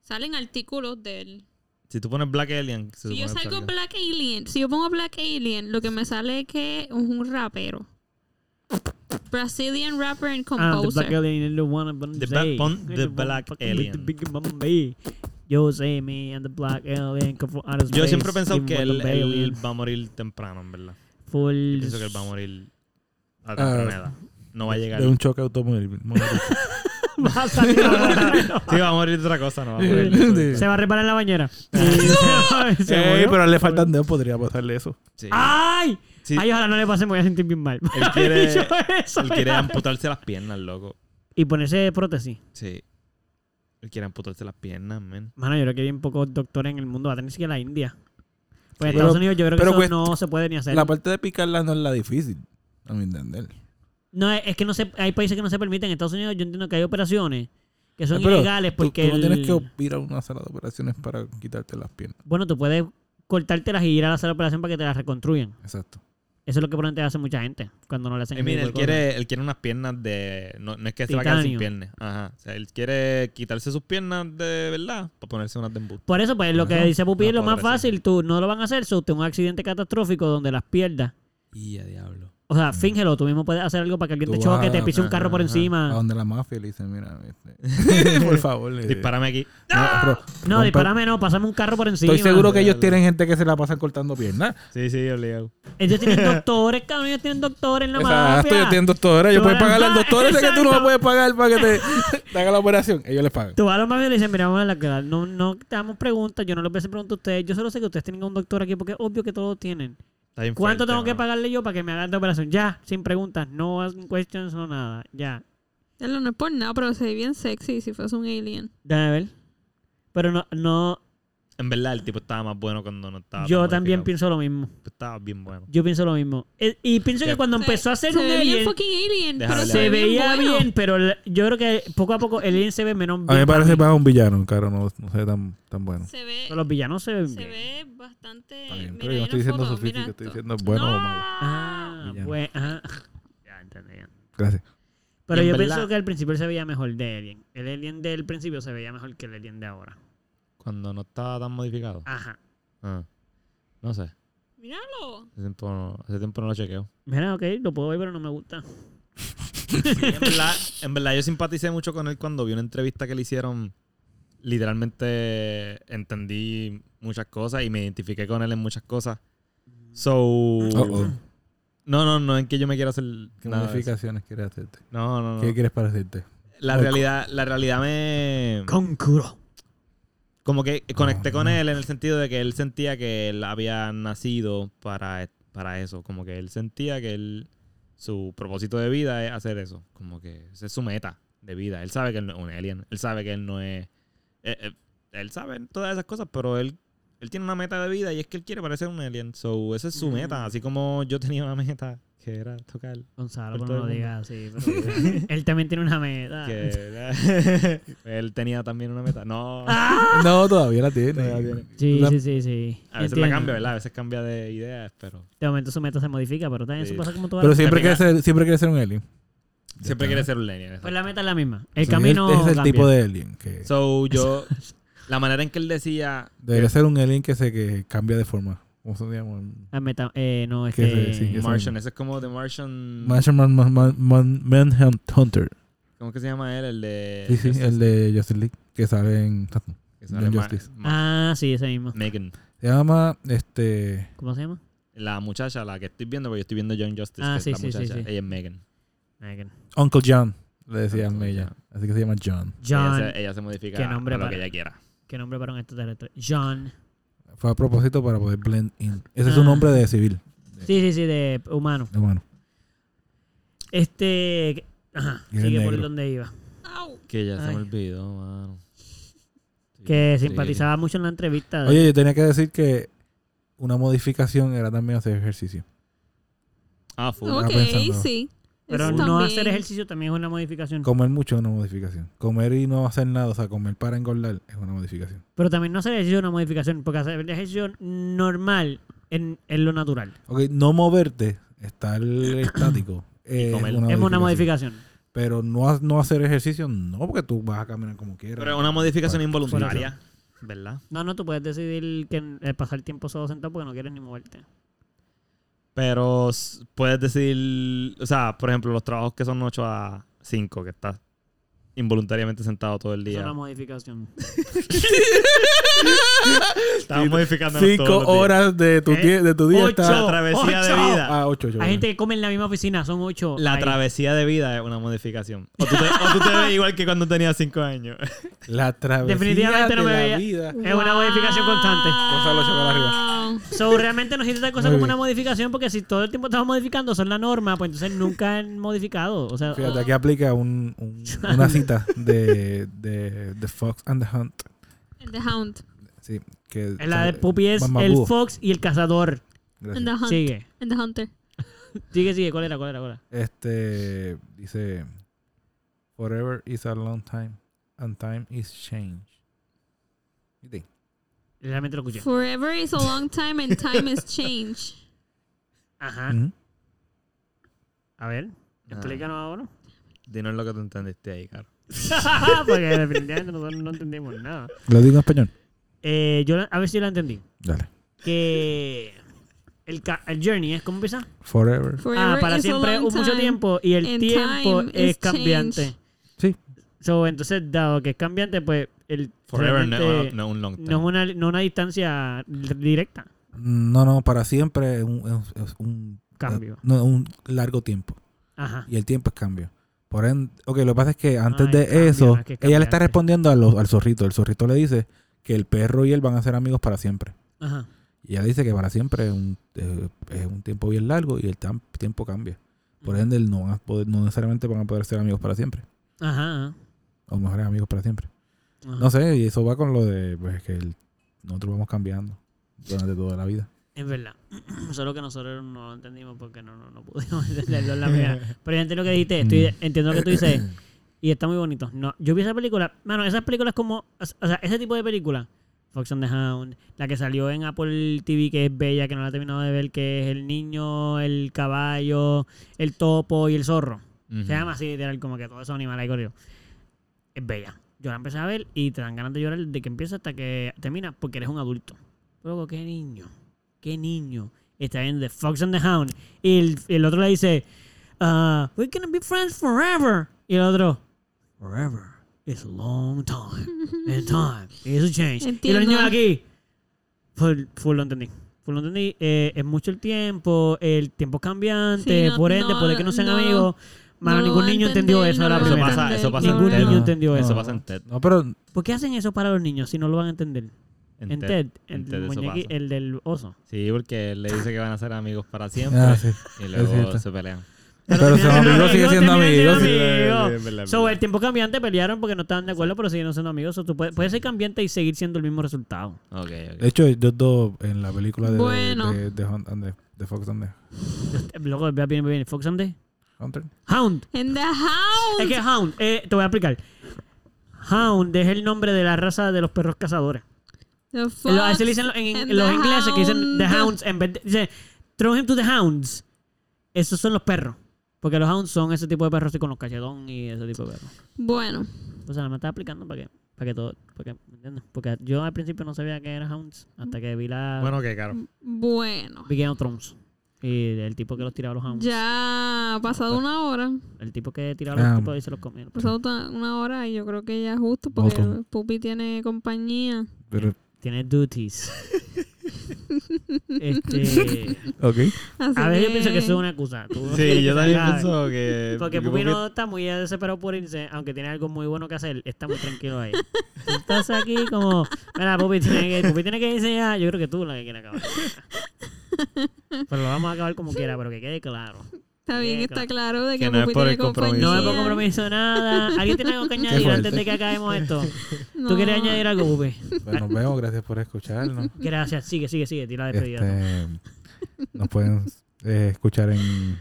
S3: Salen artículos de él.
S1: Si tú pones Black Alien. se
S3: Si yo
S1: supone que
S3: salgo
S1: salga.
S3: Black Alien, si yo pongo Black Alien, lo que me sale es que es un rapero. Brazilian rapper and
S2: Ah, the Black
S3: composer.
S2: Alien is the one I'm gonna
S1: The
S2: say.
S1: Black- pon the Black
S2: fucking with The
S1: Alien.
S2: big Bombay. Yo sé me and the Black Alien come from outer
S1: Yo
S2: space,
S1: siempre he pensado
S2: give
S1: que
S2: me
S1: él,
S2: the
S1: él
S2: alien
S1: va a morir temprano, en verdad.
S2: full-
S1: Yo pienso que él va a morir a
S5: Ah.
S1: temprana edad. No va a llegar.
S5: De un choque automovilístico.
S2: Va a salir ahora.
S1: Sí, va a morir de otra cosa, no va a
S5: Sí,
S1: morir.
S2: Se va a reparar en la bañera. Se- se
S5: Ey,
S2: murió.
S5: pero le faltan dedos, podría pasarle eso.
S1: Sí.
S2: ¡Ay!
S1: Sí.
S2: Ay, ojalá no le pase, me voy a sentir bien mal.
S1: Él quiere-
S2: Dicho eso,
S1: Él quiere
S2: ¿verdad?
S1: amputarse las piernas, loco.
S2: Y ponerse prótesis.
S1: Sí. Él quiere amputarse las piernas, man.
S2: Mano, yo creo que hay bien pocos doctores en el mundo. Va a tener que ir a la India. Pues en
S1: Sí.
S2: Estados
S5: Pero-
S2: Unidos yo creo que
S5: pero
S2: eso
S5: cuest-
S2: no se puede ni hacer.
S5: La parte de picarla no es la difícil, a mi entender.
S2: No, es es que no se, hay países que no se permiten. En Estados Unidos yo entiendo que hay operaciones que son
S5: Ah, Pero
S2: ilegales
S5: tú-
S2: porque...
S5: Tú, no
S2: el-
S5: tienes que ir a una sala de operaciones para quitarte las piernas.
S2: Bueno, tú puedes cortártelas y ir a la sala de operación para que te las reconstruyan.
S5: Exacto.
S2: Eso es lo que probablemente hace mucha gente cuando no le hacen...
S1: Eh, mira,
S2: ese
S1: él
S2: tipo de cosas.
S1: quiere, él quiere unas piernas de. No, no es que se va a quedar sin
S2: Titanio.
S1: piernas. Ajá. O sea, él quiere quitarse sus piernas de verdad para ponerse unas de embuste.
S2: Por eso, pues lo que
S5: Ajá.
S2: dice Pupi
S1: No
S2: es lo más
S1: podrá ser.
S2: fácil. Tú no lo van a hacer, so, tengo un accidente catastrófico donde las pierdas
S1: Y a diablo.
S2: O sea, fíngelo, tú mismo puedes hacer algo para que alguien te
S5: Tú
S2: choque,
S5: vas
S2: te
S5: a- Ah,
S2: pise un carro por
S1: ajá,
S5: A
S2: encima.
S5: donde la mafia le dice, mira, este, por favor. le-
S1: Dispárame aquí.
S5: No, pero-
S2: No,
S5: rompe-
S2: dispárame, no, pásame un carro por encima.
S5: Estoy seguro que ellos
S1: Dale.
S5: tienen gente que se la pasan cortando piernas.
S1: Sí, sí, obligado.
S2: Ellos tienen doctores, cabrón, ellos tienen doctores en la
S5: Exacto,
S2: mafia.
S5: ellos tienen doctores.
S2: Tú
S5: Ellos pueden
S2: eres-
S5: pagar al
S2: Ah,
S5: doctor ese que tú no
S2: exacto.
S5: lo puedes pagar para que te, te haga la operación. Ellos les pagan.
S2: Tú vas a los mafios y le dices, mira, vamos a la cara, no, no te damos preguntas, yo no les voy a hacer preguntas a ustedes. Yo solo sé que ustedes tienen un doctor aquí porque es obvio que todos tienen.
S1: Está bien
S2: ¿Cuánto
S1: fuerte,
S2: tengo que
S1: mano.
S2: pagarle yo para que me hagan la operación? Ya, sin preguntas, no asking questions, no nada, ya.
S3: Ya lo- No es por nada, pero se ve bien sexy si fuese un alien.
S2: Déjame ver. Pero no, no,
S1: En verdad, el tipo estaba más bueno cuando no
S5: Ah,
S1: estaba.
S2: yo
S1: tan
S2: también
S1: modificado. Pues
S2: pienso lo mismo.
S1: Estaba bien bueno.
S2: Yo pienso lo mismo. Eh, Y pienso que
S1: Ya.
S2: cuando empezó a hacer
S3: se
S2: un
S3: ve bien
S2: alien,
S3: fucking
S1: Déjame
S3: alien, pero
S1: hablar.
S2: Se
S3: ve
S2: veía bien,
S3: bueno.
S2: pero el- yo creo que poco a poco el alien se ve menos bien.
S5: A mí me
S2: para
S5: parece más un villano, claro, no, no se ve tan, tan bueno.
S3: Se ve,
S2: Pero los villanos se ven
S3: se
S2: bien.
S3: ve bastante.
S5: Está bien,
S3: mira,
S5: pero yo
S3: hay
S5: no estoy
S3: una
S5: diciendo
S3: foto,
S5: su físico,
S3: mira
S5: estoy
S3: esto.
S5: diciendo bueno o
S3: ¡No!
S5: malo.
S2: Ah,
S5: Villano.
S2: bueno. ajá. Ya entendí. ya.
S5: Gracias.
S2: Pero
S1: Y en
S2: yo
S1: verdad-
S2: pienso que al principio él se veía mejor de Alien. El Alien del principio se veía mejor que el Alien de ahora.
S1: Cuando no estaba tan modificado.
S2: Ajá.
S1: Ah. No sé.
S3: Míralo.
S1: Hace tiempo, no- hace tiempo no lo chequeo.
S2: Mira, ok, lo puedo ver, pero no me gusta.
S1: en, verdad, en verdad, yo simpaticé mucho con él cuando vi una entrevista que le hicieron. Literalmente entendí muchas cosas y me identifiqué con él en muchas cosas. So.
S5: Uh-oh.
S1: No, no, no, en que yo me quiero hacer.
S5: ¿Qué
S1: nada de eso.
S5: modificaciones quieres hacerte?
S1: No, no, no.
S5: ¿Qué quieres para hacerte?
S1: La
S5: Ay,
S1: realidad, la realidad me.
S2: Concuro.
S1: Como que conecté
S5: Ah.
S1: con él en el sentido de que él sentía que él había nacido para, e, para eso. Como que él sentía que él, su propósito de vida es hacer eso. Como que esa es su meta de vida. Él sabe que él no es un alien. Él sabe que él no es... eh, eh, él sabe todas esas cosas, pero él, él tiene una meta de vida y es que él quiere parecer un alien. So, esa es su
S2: Mm.
S1: meta. Así como yo tenía una meta que era tocar...
S2: Gonzalo,
S1: Por
S2: pero no
S1: todo
S2: lo
S1: el
S2: digas así. pero- él también tiene una meta.
S1: que era- él tenía también una meta. No.
S2: Ah,
S5: No, todavía la tiene.
S1: Todavía tiene.
S2: Sí,
S5: La-
S2: sí, sí, sí.
S1: A veces la
S2: Entiendo.
S1: cambia, ¿verdad? A veces cambia de ideas, pero...
S2: De momento su meta se modifica, pero también
S1: Sí.
S2: eso pasa como todas
S5: Pero
S2: las-
S5: siempre
S1: La
S5: quiere, ser, siempre quiere ser un alien.
S1: Siempre quiere ser un alien. exacto.
S2: Pues la meta es la misma. El
S5: Sí,
S2: camino
S5: Es, es el
S2: cambia.
S5: tipo de alien. que
S1: So, yo. la manera en que él decía.
S5: Debería ser un alien que se que cambia de forma. ¿Cómo se llama?
S1: Mm.
S2: La meta... Eh, no, es
S5: Que
S2: que...
S5: se- sí, que se-
S1: Martian, ese es como The Martian.
S5: Martian Man- Man- Man- Man- Manhunt Hunter.
S1: ¿Cómo que se llama él? El de.
S5: Sí, sí, el de Justice League. Que sale en...
S1: que sale
S5: John
S1: Ma-
S5: Justice.
S1: Ma-
S2: Ah, sí, ese mismo.
S1: Megan.
S5: Se llama, este...
S2: ¿Cómo se llama?
S1: La muchacha, la que estoy viendo, porque yo estoy viendo John Justice.
S2: Ah,
S1: que es
S2: sí,
S1: la
S2: sí, sí,
S1: muchacha.
S2: sí.
S1: Ella es Megan.
S2: Megan.
S5: Uncle John. Le decían
S1: Uncle
S5: ella.
S1: John.
S5: Así que se llama John.
S2: John.
S1: Ella se, ella se modifica
S2: Qué
S1: a
S2: nombre
S1: lo
S2: para-
S1: que ella quiera.
S2: ¿Qué nombre para un extraterrestre? John.
S5: Fue a propósito para poder blend in. Ese es un
S2: Ah.
S5: nombre de civil.
S2: Sí, sí, sí, de humano.
S5: De humano.
S2: Este... Ajá,
S5: Y era
S2: sigue por
S5: negro.
S2: donde iba.
S3: Au.
S1: Que ya se
S2: Ay.
S1: me olvidó, mano.
S2: Que
S1: Sí,
S2: simpatizaba mucho en la entrevista. de-
S5: Oye, yo tenía que decir que una modificación era también hacer ejercicio.
S1: sí. Ah, full.
S5: Oh.
S3: Ok,
S5: pensando.
S3: sí.
S2: pero
S3: Eso
S2: no
S3: también.
S2: hacer ejercicio también es una modificación.
S5: Comer mucho es una modificación. Comer y no hacer nada, o sea, comer para engordar es una modificación.
S2: Pero también no hacer ejercicio es una modificación, porque hacer ejercicio normal en, en lo natural.
S5: Ok, no moverte, estar estático. Es
S1: comer.
S2: es una modificación.
S5: Pero no, ha- no hacer ejercicio, no, porque tú vas a caminar como quieras.
S1: Pero es una modificación
S5: Bueno,
S1: involuntaria. ¿Verdad?
S2: No, no, tú puedes decidir que eh, pasar tiempo solo sentado porque no quieres ni moverte.
S1: Pero s- puedes decir, o sea, por ejemplo, los trabajos que son 8 a 5, que estás involuntariamente sentado todo el
S2: Es
S1: día.
S2: una modificación.
S1: Estamos modificando
S5: Cinco horas de tu,
S2: ¿Eh?
S5: día- de tu día
S2: Ocho.
S5: está...
S1: La travesía de
S2: ¡Ocho!
S1: vida.
S5: Ah, ocho, ocho.
S2: Hay gente que come en la misma oficina, son ocho.
S1: La
S2: ahí.
S1: travesía de vida es una modificación. O tú te, o tú te ves igual que cuando tenías 5 años.
S5: La travesía
S2: Definitivamente
S5: de
S2: no me
S5: la
S2: veía.
S5: vida.
S2: Es una modificación constante.
S5: Gonzalo, échala
S2: So, realmente no existe tal cosa
S5: Muy
S2: como
S5: bien.
S2: una modificación porque si todo el tiempo estamos modificando son la norma, pues entonces nunca han modificado. O sea,
S5: Fíjate, aquí aplica un, un- una cita de, de The Fox and the Hunt.
S3: And The Hound.
S5: Sí, que
S2: la de Pupi es
S5: Mamá
S2: el
S5: Búho.
S2: fox y el cazador.
S5: Gracias.
S3: And The Hunt.
S2: Sigue.
S3: And The Hunter.
S2: Sigue, sigue. ¿Cuál era? ¿Cuál era? ¿Cuál era?
S5: Este dice Forever is a long time and time is change. ¿Viste?
S2: Realmente lo escuché.
S3: Forever is a long time and time is change.
S2: Ah, Ajá.
S5: Ujú.
S2: A ver,
S5: Ah.
S2: explícanos ahora.
S1: Dinos lo que tú entendiste ahí, caro.
S2: Porque definitivamente nosotros no entendimos nada.
S5: Lo digo en español.
S2: Eh, yo la- a ver si la entendí.
S5: Dale.
S2: Que el, ca- el journey es como empieza.
S5: Forever.
S3: Forever
S2: Ah, para
S3: is a
S2: siempre
S3: long
S2: un mucho
S3: time.
S2: tiempo y el
S3: and
S2: tiempo
S3: time
S2: es
S3: is
S2: cambiante.
S3: change.
S5: Sí.
S2: So, entonces, dado que es cambiante, pues el
S1: Forever no,
S2: realmente
S1: no un long time.
S2: no es una, no una distancia directa.
S5: No, no, para siempre es un, es- es un-
S2: Cambio.
S5: no, un largo tiempo.
S2: Ajá.
S5: Y el tiempo es cambio. Por ende, ok, lo que pasa es que antes
S2: Ay,
S5: de
S2: cambio,
S5: eso,
S2: es que
S5: ella le
S2: cambiaste.
S5: está respondiendo a los- al zorrito. El zorrito le dice que el perro y él van a ser amigos para siempre.
S2: Ajá.
S5: Y ella dice que para siempre es un, eh, es un tiempo bien largo y el tam- tiempo cambia. Por ende, no, van a poder- no necesariamente van a poder ser amigos para siempre.
S2: Ajá. ajá.
S5: O mejores amigos para siempre.
S2: Ajá.
S5: No sé, y eso va con lo de pues, que el- nosotros vamos cambiando durante toda la vida.
S2: Es verdad. Solo que nosotros no lo entendimos porque no, no, no pudimos entenderlo en la primera. Pero yo entiendo lo que dijiste, estoy, entiendo lo que tú dices. Y está muy bonito. No, yo vi esa película. Mano, esas películas como. O sea, ese tipo de película. Fox and the Hound. La que salió en Apple TV, que es bella, que no la he terminado de ver, que es el niño, el caballo, el topo y el zorro.
S1: Ujú. Ujú.
S2: Se llama así, literal, como que todos esos animales ahí corridos. Es bella. Yo la empecé a ver y te dan ganas de llorar desde que empieza hasta que termina porque eres un adulto. Luego, qué niño. Qué niño. Está viendo The Fox and the Hound. Y el, el otro le dice, ah, we're gonna be friends forever. Y el otro, forever is a long time. And time is a change.
S3: Entiendo.
S2: Y los niños aquí, full, full lo entendí. Full lo entendí. Eh, es mucho el tiempo, el tiempo es cambiante,
S3: Sí, no-
S2: por ende,
S3: no-
S2: puede que no sean
S3: no-
S2: amigos. Mano,
S3: No lo
S2: ningún
S3: va a
S2: niño
S3: entender,
S2: entendió eso
S3: no
S2: a la
S3: lo va a
S1: Eso
S2: primera.
S1: pasa,
S3: entender.
S1: eso pasa
S2: Ningún
S1: en TED.
S2: niño entendió
S1: Eso
S2: eso.
S1: pasa en TED.
S5: No, pero
S2: ¿Por qué hacen eso para los niños si no lo van a entender? En TED, el,
S1: en TED eso
S2: muñequi-
S1: pasa.
S2: el del oso.
S1: Sí, porque él le dice que van a ser amigos para siempre
S5: Ah, sí.
S1: y
S5: es
S1: luego
S5: cierto.
S1: se pelean.
S5: Pero son
S2: terminaron
S5: amigos, siguen siendo
S2: terminaron
S5: amigos.
S2: siendo
S1: amigos.
S2: amigos.
S1: Sí, es verdad, es
S2: So,
S1: verdad.
S2: el tiempo cambiante pelearon porque no estaban de acuerdo, pero siguieron siendo amigos. So, tú puedes, puedes ser cambiante y seguir siendo el mismo resultado.
S1: Ok,
S5: De
S1: ok.
S5: hecho, ellos dos en la película de,
S3: Bueno.
S5: de, de Hunt and the- de Fox and the
S2: Eh, Luego, vea bien, bien. Fox and the
S5: Hunter.
S2: Hound.
S3: En the house.
S2: Es que Hound, eh, te voy a explicar. Hound es el nombre de la raza de los perros cazadores.
S3: The
S2: Lo-
S3: fox
S2: así le dicen lo- en,
S3: and
S2: en los
S3: the
S2: ingleses que dicen the
S3: hound.
S2: hounds en vez de, dice, throw him to the hounds. Esos son los perros. Porque los hounds son ese tipo de perros así con los cachetón y ese tipo de perros.
S3: Bueno,
S2: O sea, me estaba explicando para que, para que todo, para que, ¿me entiendes? Porque yo al principio no sabía que era hounds hasta que vi la
S1: Bueno, ok, claro.
S3: bueno.
S2: vi Game of Thrones. Y el tipo que los tiraba a los hounds.
S3: Ya ha pasado una hora. Ha
S2: El tipo que tiraba a los
S5: Ah.
S2: tipos y se los comía.
S3: pasado ta- una hora y yo creo que ya es justo porque
S5: Bottom.
S3: Pupi tiene compañía.
S5: Pero,
S2: Tiene duties. este,
S5: ok.
S3: Así
S2: a veces yo pienso que eso es
S3: es
S2: una excusa. Tú no
S1: Sí,
S2: quieres
S1: yo
S2: que
S1: también
S2: se acabe.
S1: pienso
S5: Eh,
S1: que...
S2: Porque
S1: que
S2: Pupi no está muy desesperado por irse, aunque tiene algo muy bueno que hacer, está muy tranquilo ahí. Tú estás aquí como, mira, Pupi tiene que, Pupi tiene que irse ya, yo creo que tú la que quieres acabar. Pero lo vamos a acabar como quiera, pero que quede claro.
S3: Está bien,
S2: Bien,
S3: está claro de
S1: que
S3: que,
S1: no es
S3: Pupi
S1: por
S3: tiene
S1: el compromiso.
S5: Pues
S3: compañía.
S2: No me pongo compromiso nada. ¿Alguien tiene algo que añadir
S5: fuerte.
S2: antes de que acabemos esto? ¿Tú
S3: No.
S2: quieres añadir algo, Pupi?
S5: Pues nos vemos, gracias por escucharnos.
S2: Gracias, sigue, sigue, sigue, tira la despedida. tú.
S5: Este, nos pueden eh, escuchar en.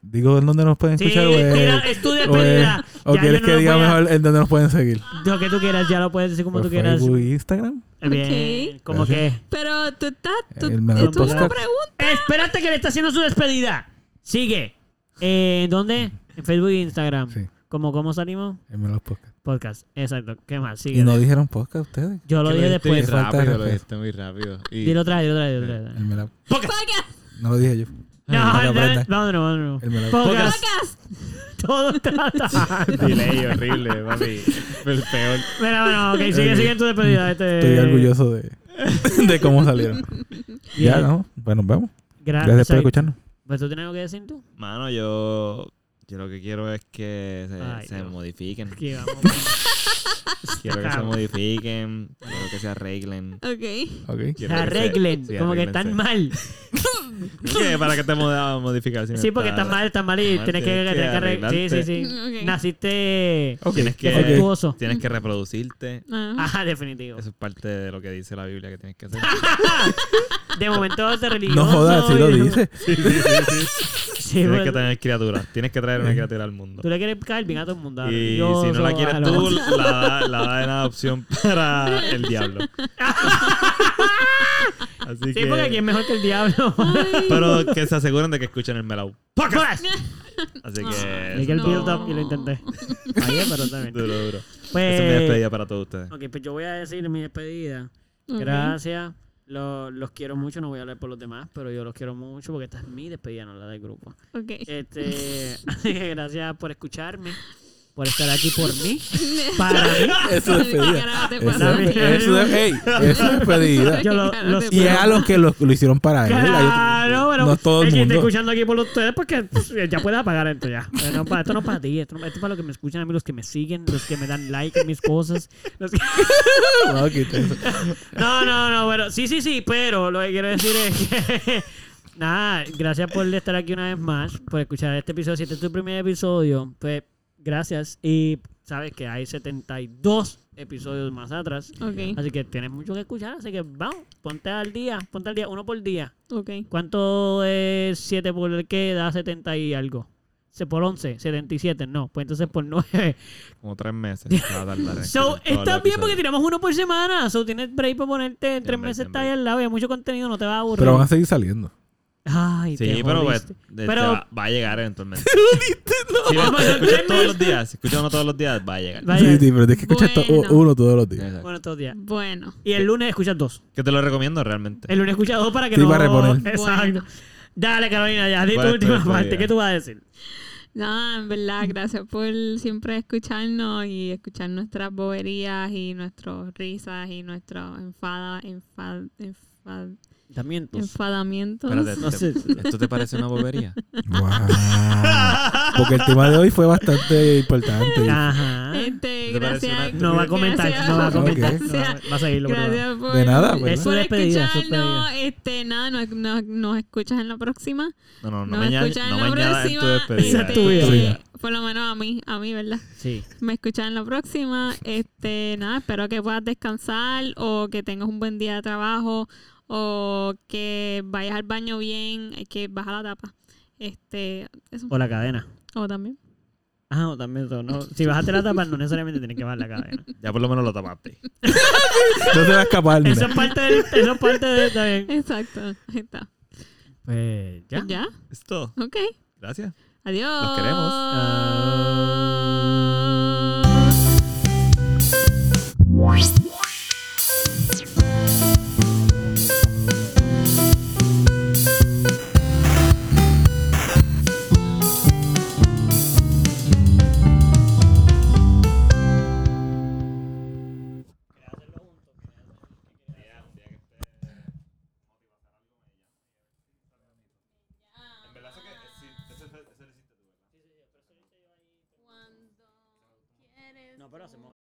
S5: Digo, ¿en dónde nos pueden
S2: Sí,
S5: escuchar? o es-
S2: tira, es tu
S5: o, es-
S2: despedida.
S5: o
S2: Ya yo
S5: quieres
S2: no
S5: que
S2: lo
S5: diga
S2: voy a-
S5: mejor en dónde nos pueden seguir.
S2: Lo que tú quieras, ya lo puedes decir como
S5: Por
S2: tú quieras.
S5: Facebook e Instagram.
S2: Bien,
S3: Ok.
S2: como que...
S3: Pero tú estás. Tú,
S5: El Melón
S3: tú una
S2: Podcast.
S3: pregunta.
S2: Espérate que le está haciendo su despedida. Sigue. Eh, ¿Dónde? En Facebook e Instagram.
S5: Sí.
S2: ¿Cómo, ¿Cómo salimos?
S5: En Melón Podcast.
S2: Podcast. Exacto. ¿Qué más?
S5: Y
S2: Sigue.
S5: no dijeron podcast ustedes.
S2: Yo lo
S1: Que
S2: dije
S1: dijiste muy
S2: después.
S5: Falta de
S1: rápido, lo dijiste
S5: respeto.
S1: muy rápido. Y-
S2: Dilo otra vez, dilo otra vez, dilo otra vez.
S5: El Melón.
S3: Podcast.
S5: No lo dije yo.
S2: No,
S5: Ay,
S2: no, Pues,
S5: Brenda.
S2: vámonos, vámonos.
S5: El Melón.
S2: Podcast.
S3: Podcast.
S2: Todo trata.
S1: Delay horrible, papi. El peor.
S2: Mira, bueno, ok, sigue,
S5: Ok.
S2: sigue en tu despedida. Este...
S5: Estoy orgulloso de, de cómo salieron.
S2: Bien.
S5: Ya, ¿no? Pues nos vemos.
S2: Gra-
S5: Gracias por
S2: soy-
S5: escucharnos.
S2: Pues tú tienes algo que decir tú.
S1: Mano, yo... Yo lo que quiero es que se,
S2: Ay,
S1: se
S2: Dios.
S1: modifiquen.
S2: Aquí vamos.
S1: Quiero que se
S2: Cabrón.
S1: modifiquen. Quiero que se arreglen.
S3: Ok.
S5: Ok.
S2: Se
S1: Quiero que se-
S2: arreglen.
S1: sí,
S2: como que
S1: arréglense.
S2: están mal.
S1: ¿Qué? ¿Para qué te mod- modificar? si no
S2: Sí, porque están mal, están mal y
S1: mal,
S2: tienes que,
S1: tienes que
S2: tienes que arreglar. Sí, sí, sí.
S3: Ok.
S2: Naciste
S1: Tienes que,
S2: defectuoso.
S1: tienes que reproducirte.
S3: Ah.
S2: Ajá, definitivo.
S1: Eso es parte de lo que dice la Biblia que tienes que hacer.
S2: De momento de religioso.
S5: No jodas, si lo
S2: y-
S5: dices.
S1: Sí, sí, sí, sí.
S2: Sí,
S1: Tienes
S2: bueno,
S1: que tener criaturas. Tienes que traer una criatura al mundo.
S2: Tú le quieres caer bien a todo el mundo. a
S1: Y si
S2: religioso,
S1: no la
S2: a
S1: quieres
S2: lo-
S1: tú, la da, la da en adopción para el diablo. Así
S2: Sí,
S1: que,
S2: porque aquí es mejor que el diablo.
S1: Pero que se aseguren de que escuchen el melau.
S2: ¡Pocas!
S1: Así
S2: Le que
S1: que.
S2: el
S3: No.
S2: build up y lo intenté. Fallé, pero está bien.
S1: Duro, duro.
S2: Pues,
S1: Esa es mi despedida para todos ustedes.
S2: ok, pues yo voy a decir mi despedida.
S3: Ok.
S2: Gracias. Lo- los quiero mucho. No voy a hablar por los demás, pero yo los quiero mucho porque esta es mi despedida, no la del grupo.
S3: Ok.
S2: Este, así que gracias por escucharme, por estar aquí por mí, para mí.
S5: Eso es despedida.
S3: Espérate, pues,
S5: Eso
S2: Esa-
S5: es, eso es- ey, eso es despedida.
S2: Yo lo- los
S5: Y es a los que lo, lo hicieron para él. Hay
S2: Claro,
S5: otro-
S2: pero
S5: no todo el
S2: el que esté
S5: mundo.
S2: escuchando aquí por ustedes, porque pues, ya puedes apagar esto ya. Pero no, pa- esto no es para ti, esto, no- esto es para los que me escuchan a mí, los que me siguen, los que me dan like a mis cosas. los que-
S5: No, quita eso.
S2: No, no, no, bueno, sí, sí, sí, pero lo que quiero decir es que... Nada, gracias por estar aquí una vez más, por escuchar este episodio. Si este es tu primer episodio, pues gracias. Y sabes que hay 72 episodios más atrás.
S3: Ok.
S2: Así que tienes mucho que escuchar, así que vamos, ponte al día, ponte al día, uno por día.
S3: Ok.
S2: ¿Cuánto es 7 por el que da 70 y algo? Se- Por 11, 77, no. Pues entonces por 9.
S1: Como tres meses. se va a tardar en
S2: So,
S1: escuchar todos
S2: está
S1: los
S2: bien porque
S1: episodios.
S2: tiramos uno por semana. So, tienes break para ponerte. En tres
S1: break,
S2: meses
S1: ten
S2: está ahí
S1: break.
S2: al lado. y Hay mucho contenido, no te va a aburrir.
S5: Pero van a seguir saliendo.
S2: Ay,
S1: Sí,
S2: te
S1: pero, pues,
S2: jodiste.
S1: de-
S2: Pero-
S1: te va, va a llegar eventualmente. Si lo escuchas todos los días, si escuchas uno todos los días, va a llegar.
S2: Vaya.
S5: Sí, sí, pero tienes que escuchar to-
S3: Bueno.
S5: uno todos los días.
S1: Exacto.
S2: Bueno, todos días.
S3: Bueno.
S2: Y el lunes escuchas dos.
S1: Que te lo recomiendo realmente.
S2: El lunes escuchas dos para que
S5: Sí,
S2: no...
S5: para reponer.
S2: Exacto.
S3: Bueno.
S2: Dale, Carolina, ya. Di tu
S1: ¿Cuál es tu
S2: última
S1: historia?
S2: parte. ¿Qué tú vas a decir?
S3: Nada, en verdad, gracias por siempre escucharnos y escuchar nuestras boberías y nuestras risas y nuestros enfada, enfad, enfad-
S2: También
S3: enfadamientos.
S1: Espérate, este,
S2: No
S1: te-
S2: sé.
S1: ¿esto te parece una bobería?
S5: Wow. Porque el tema de hoy fue bastante importante.
S2: Ah. Ajá.
S3: Este,
S1: ¿Te parece
S3: gracias.
S1: una-
S2: No va a comentar,
S3: gracias.
S2: no va a comentar.
S5: Ok.
S2: no va a- va a seguirlo. por favor.
S3: Gracias por,
S5: De nada, pues.
S2: Es su
S3: por
S2: despedida, su
S3: escucharnos. Este, nada, nos, nos- nos escuchas en la próxima.
S1: No, no, no,
S3: Nos
S1: me añades
S3: escuchas
S1: no
S3: en la
S1: me añadas en tu
S3: próxima.
S1: despedida.
S2: Esa es tu vida.
S5: Despedida.
S3: por lo menos a mí, a mí, ¿verdad?
S2: Sí.
S3: Me escuchan en la próxima. Este, nada, espero que puedas descansar o que tengas un buen día de trabajo o que vayas al baño bien, hay que bajar la tapa. Este, eso.
S2: O la cadena.
S3: O también.
S2: Ah, o también. eso, No. Si bajaste la tapa, no necesariamente tienes que bajar la cadena.
S1: Ya por lo menos lo tapaste.
S5: No se va a escapar.
S2: Eso
S5: mira.
S2: es parte de. Eso es parte de. Está bien.
S3: Exacto. Ahí está.
S2: Pues ya.
S3: ¿Ya?
S1: Es todo.
S3: Ok.
S1: Gracias.
S3: Adiós.
S1: queremos.
S2: No, pero hacemos.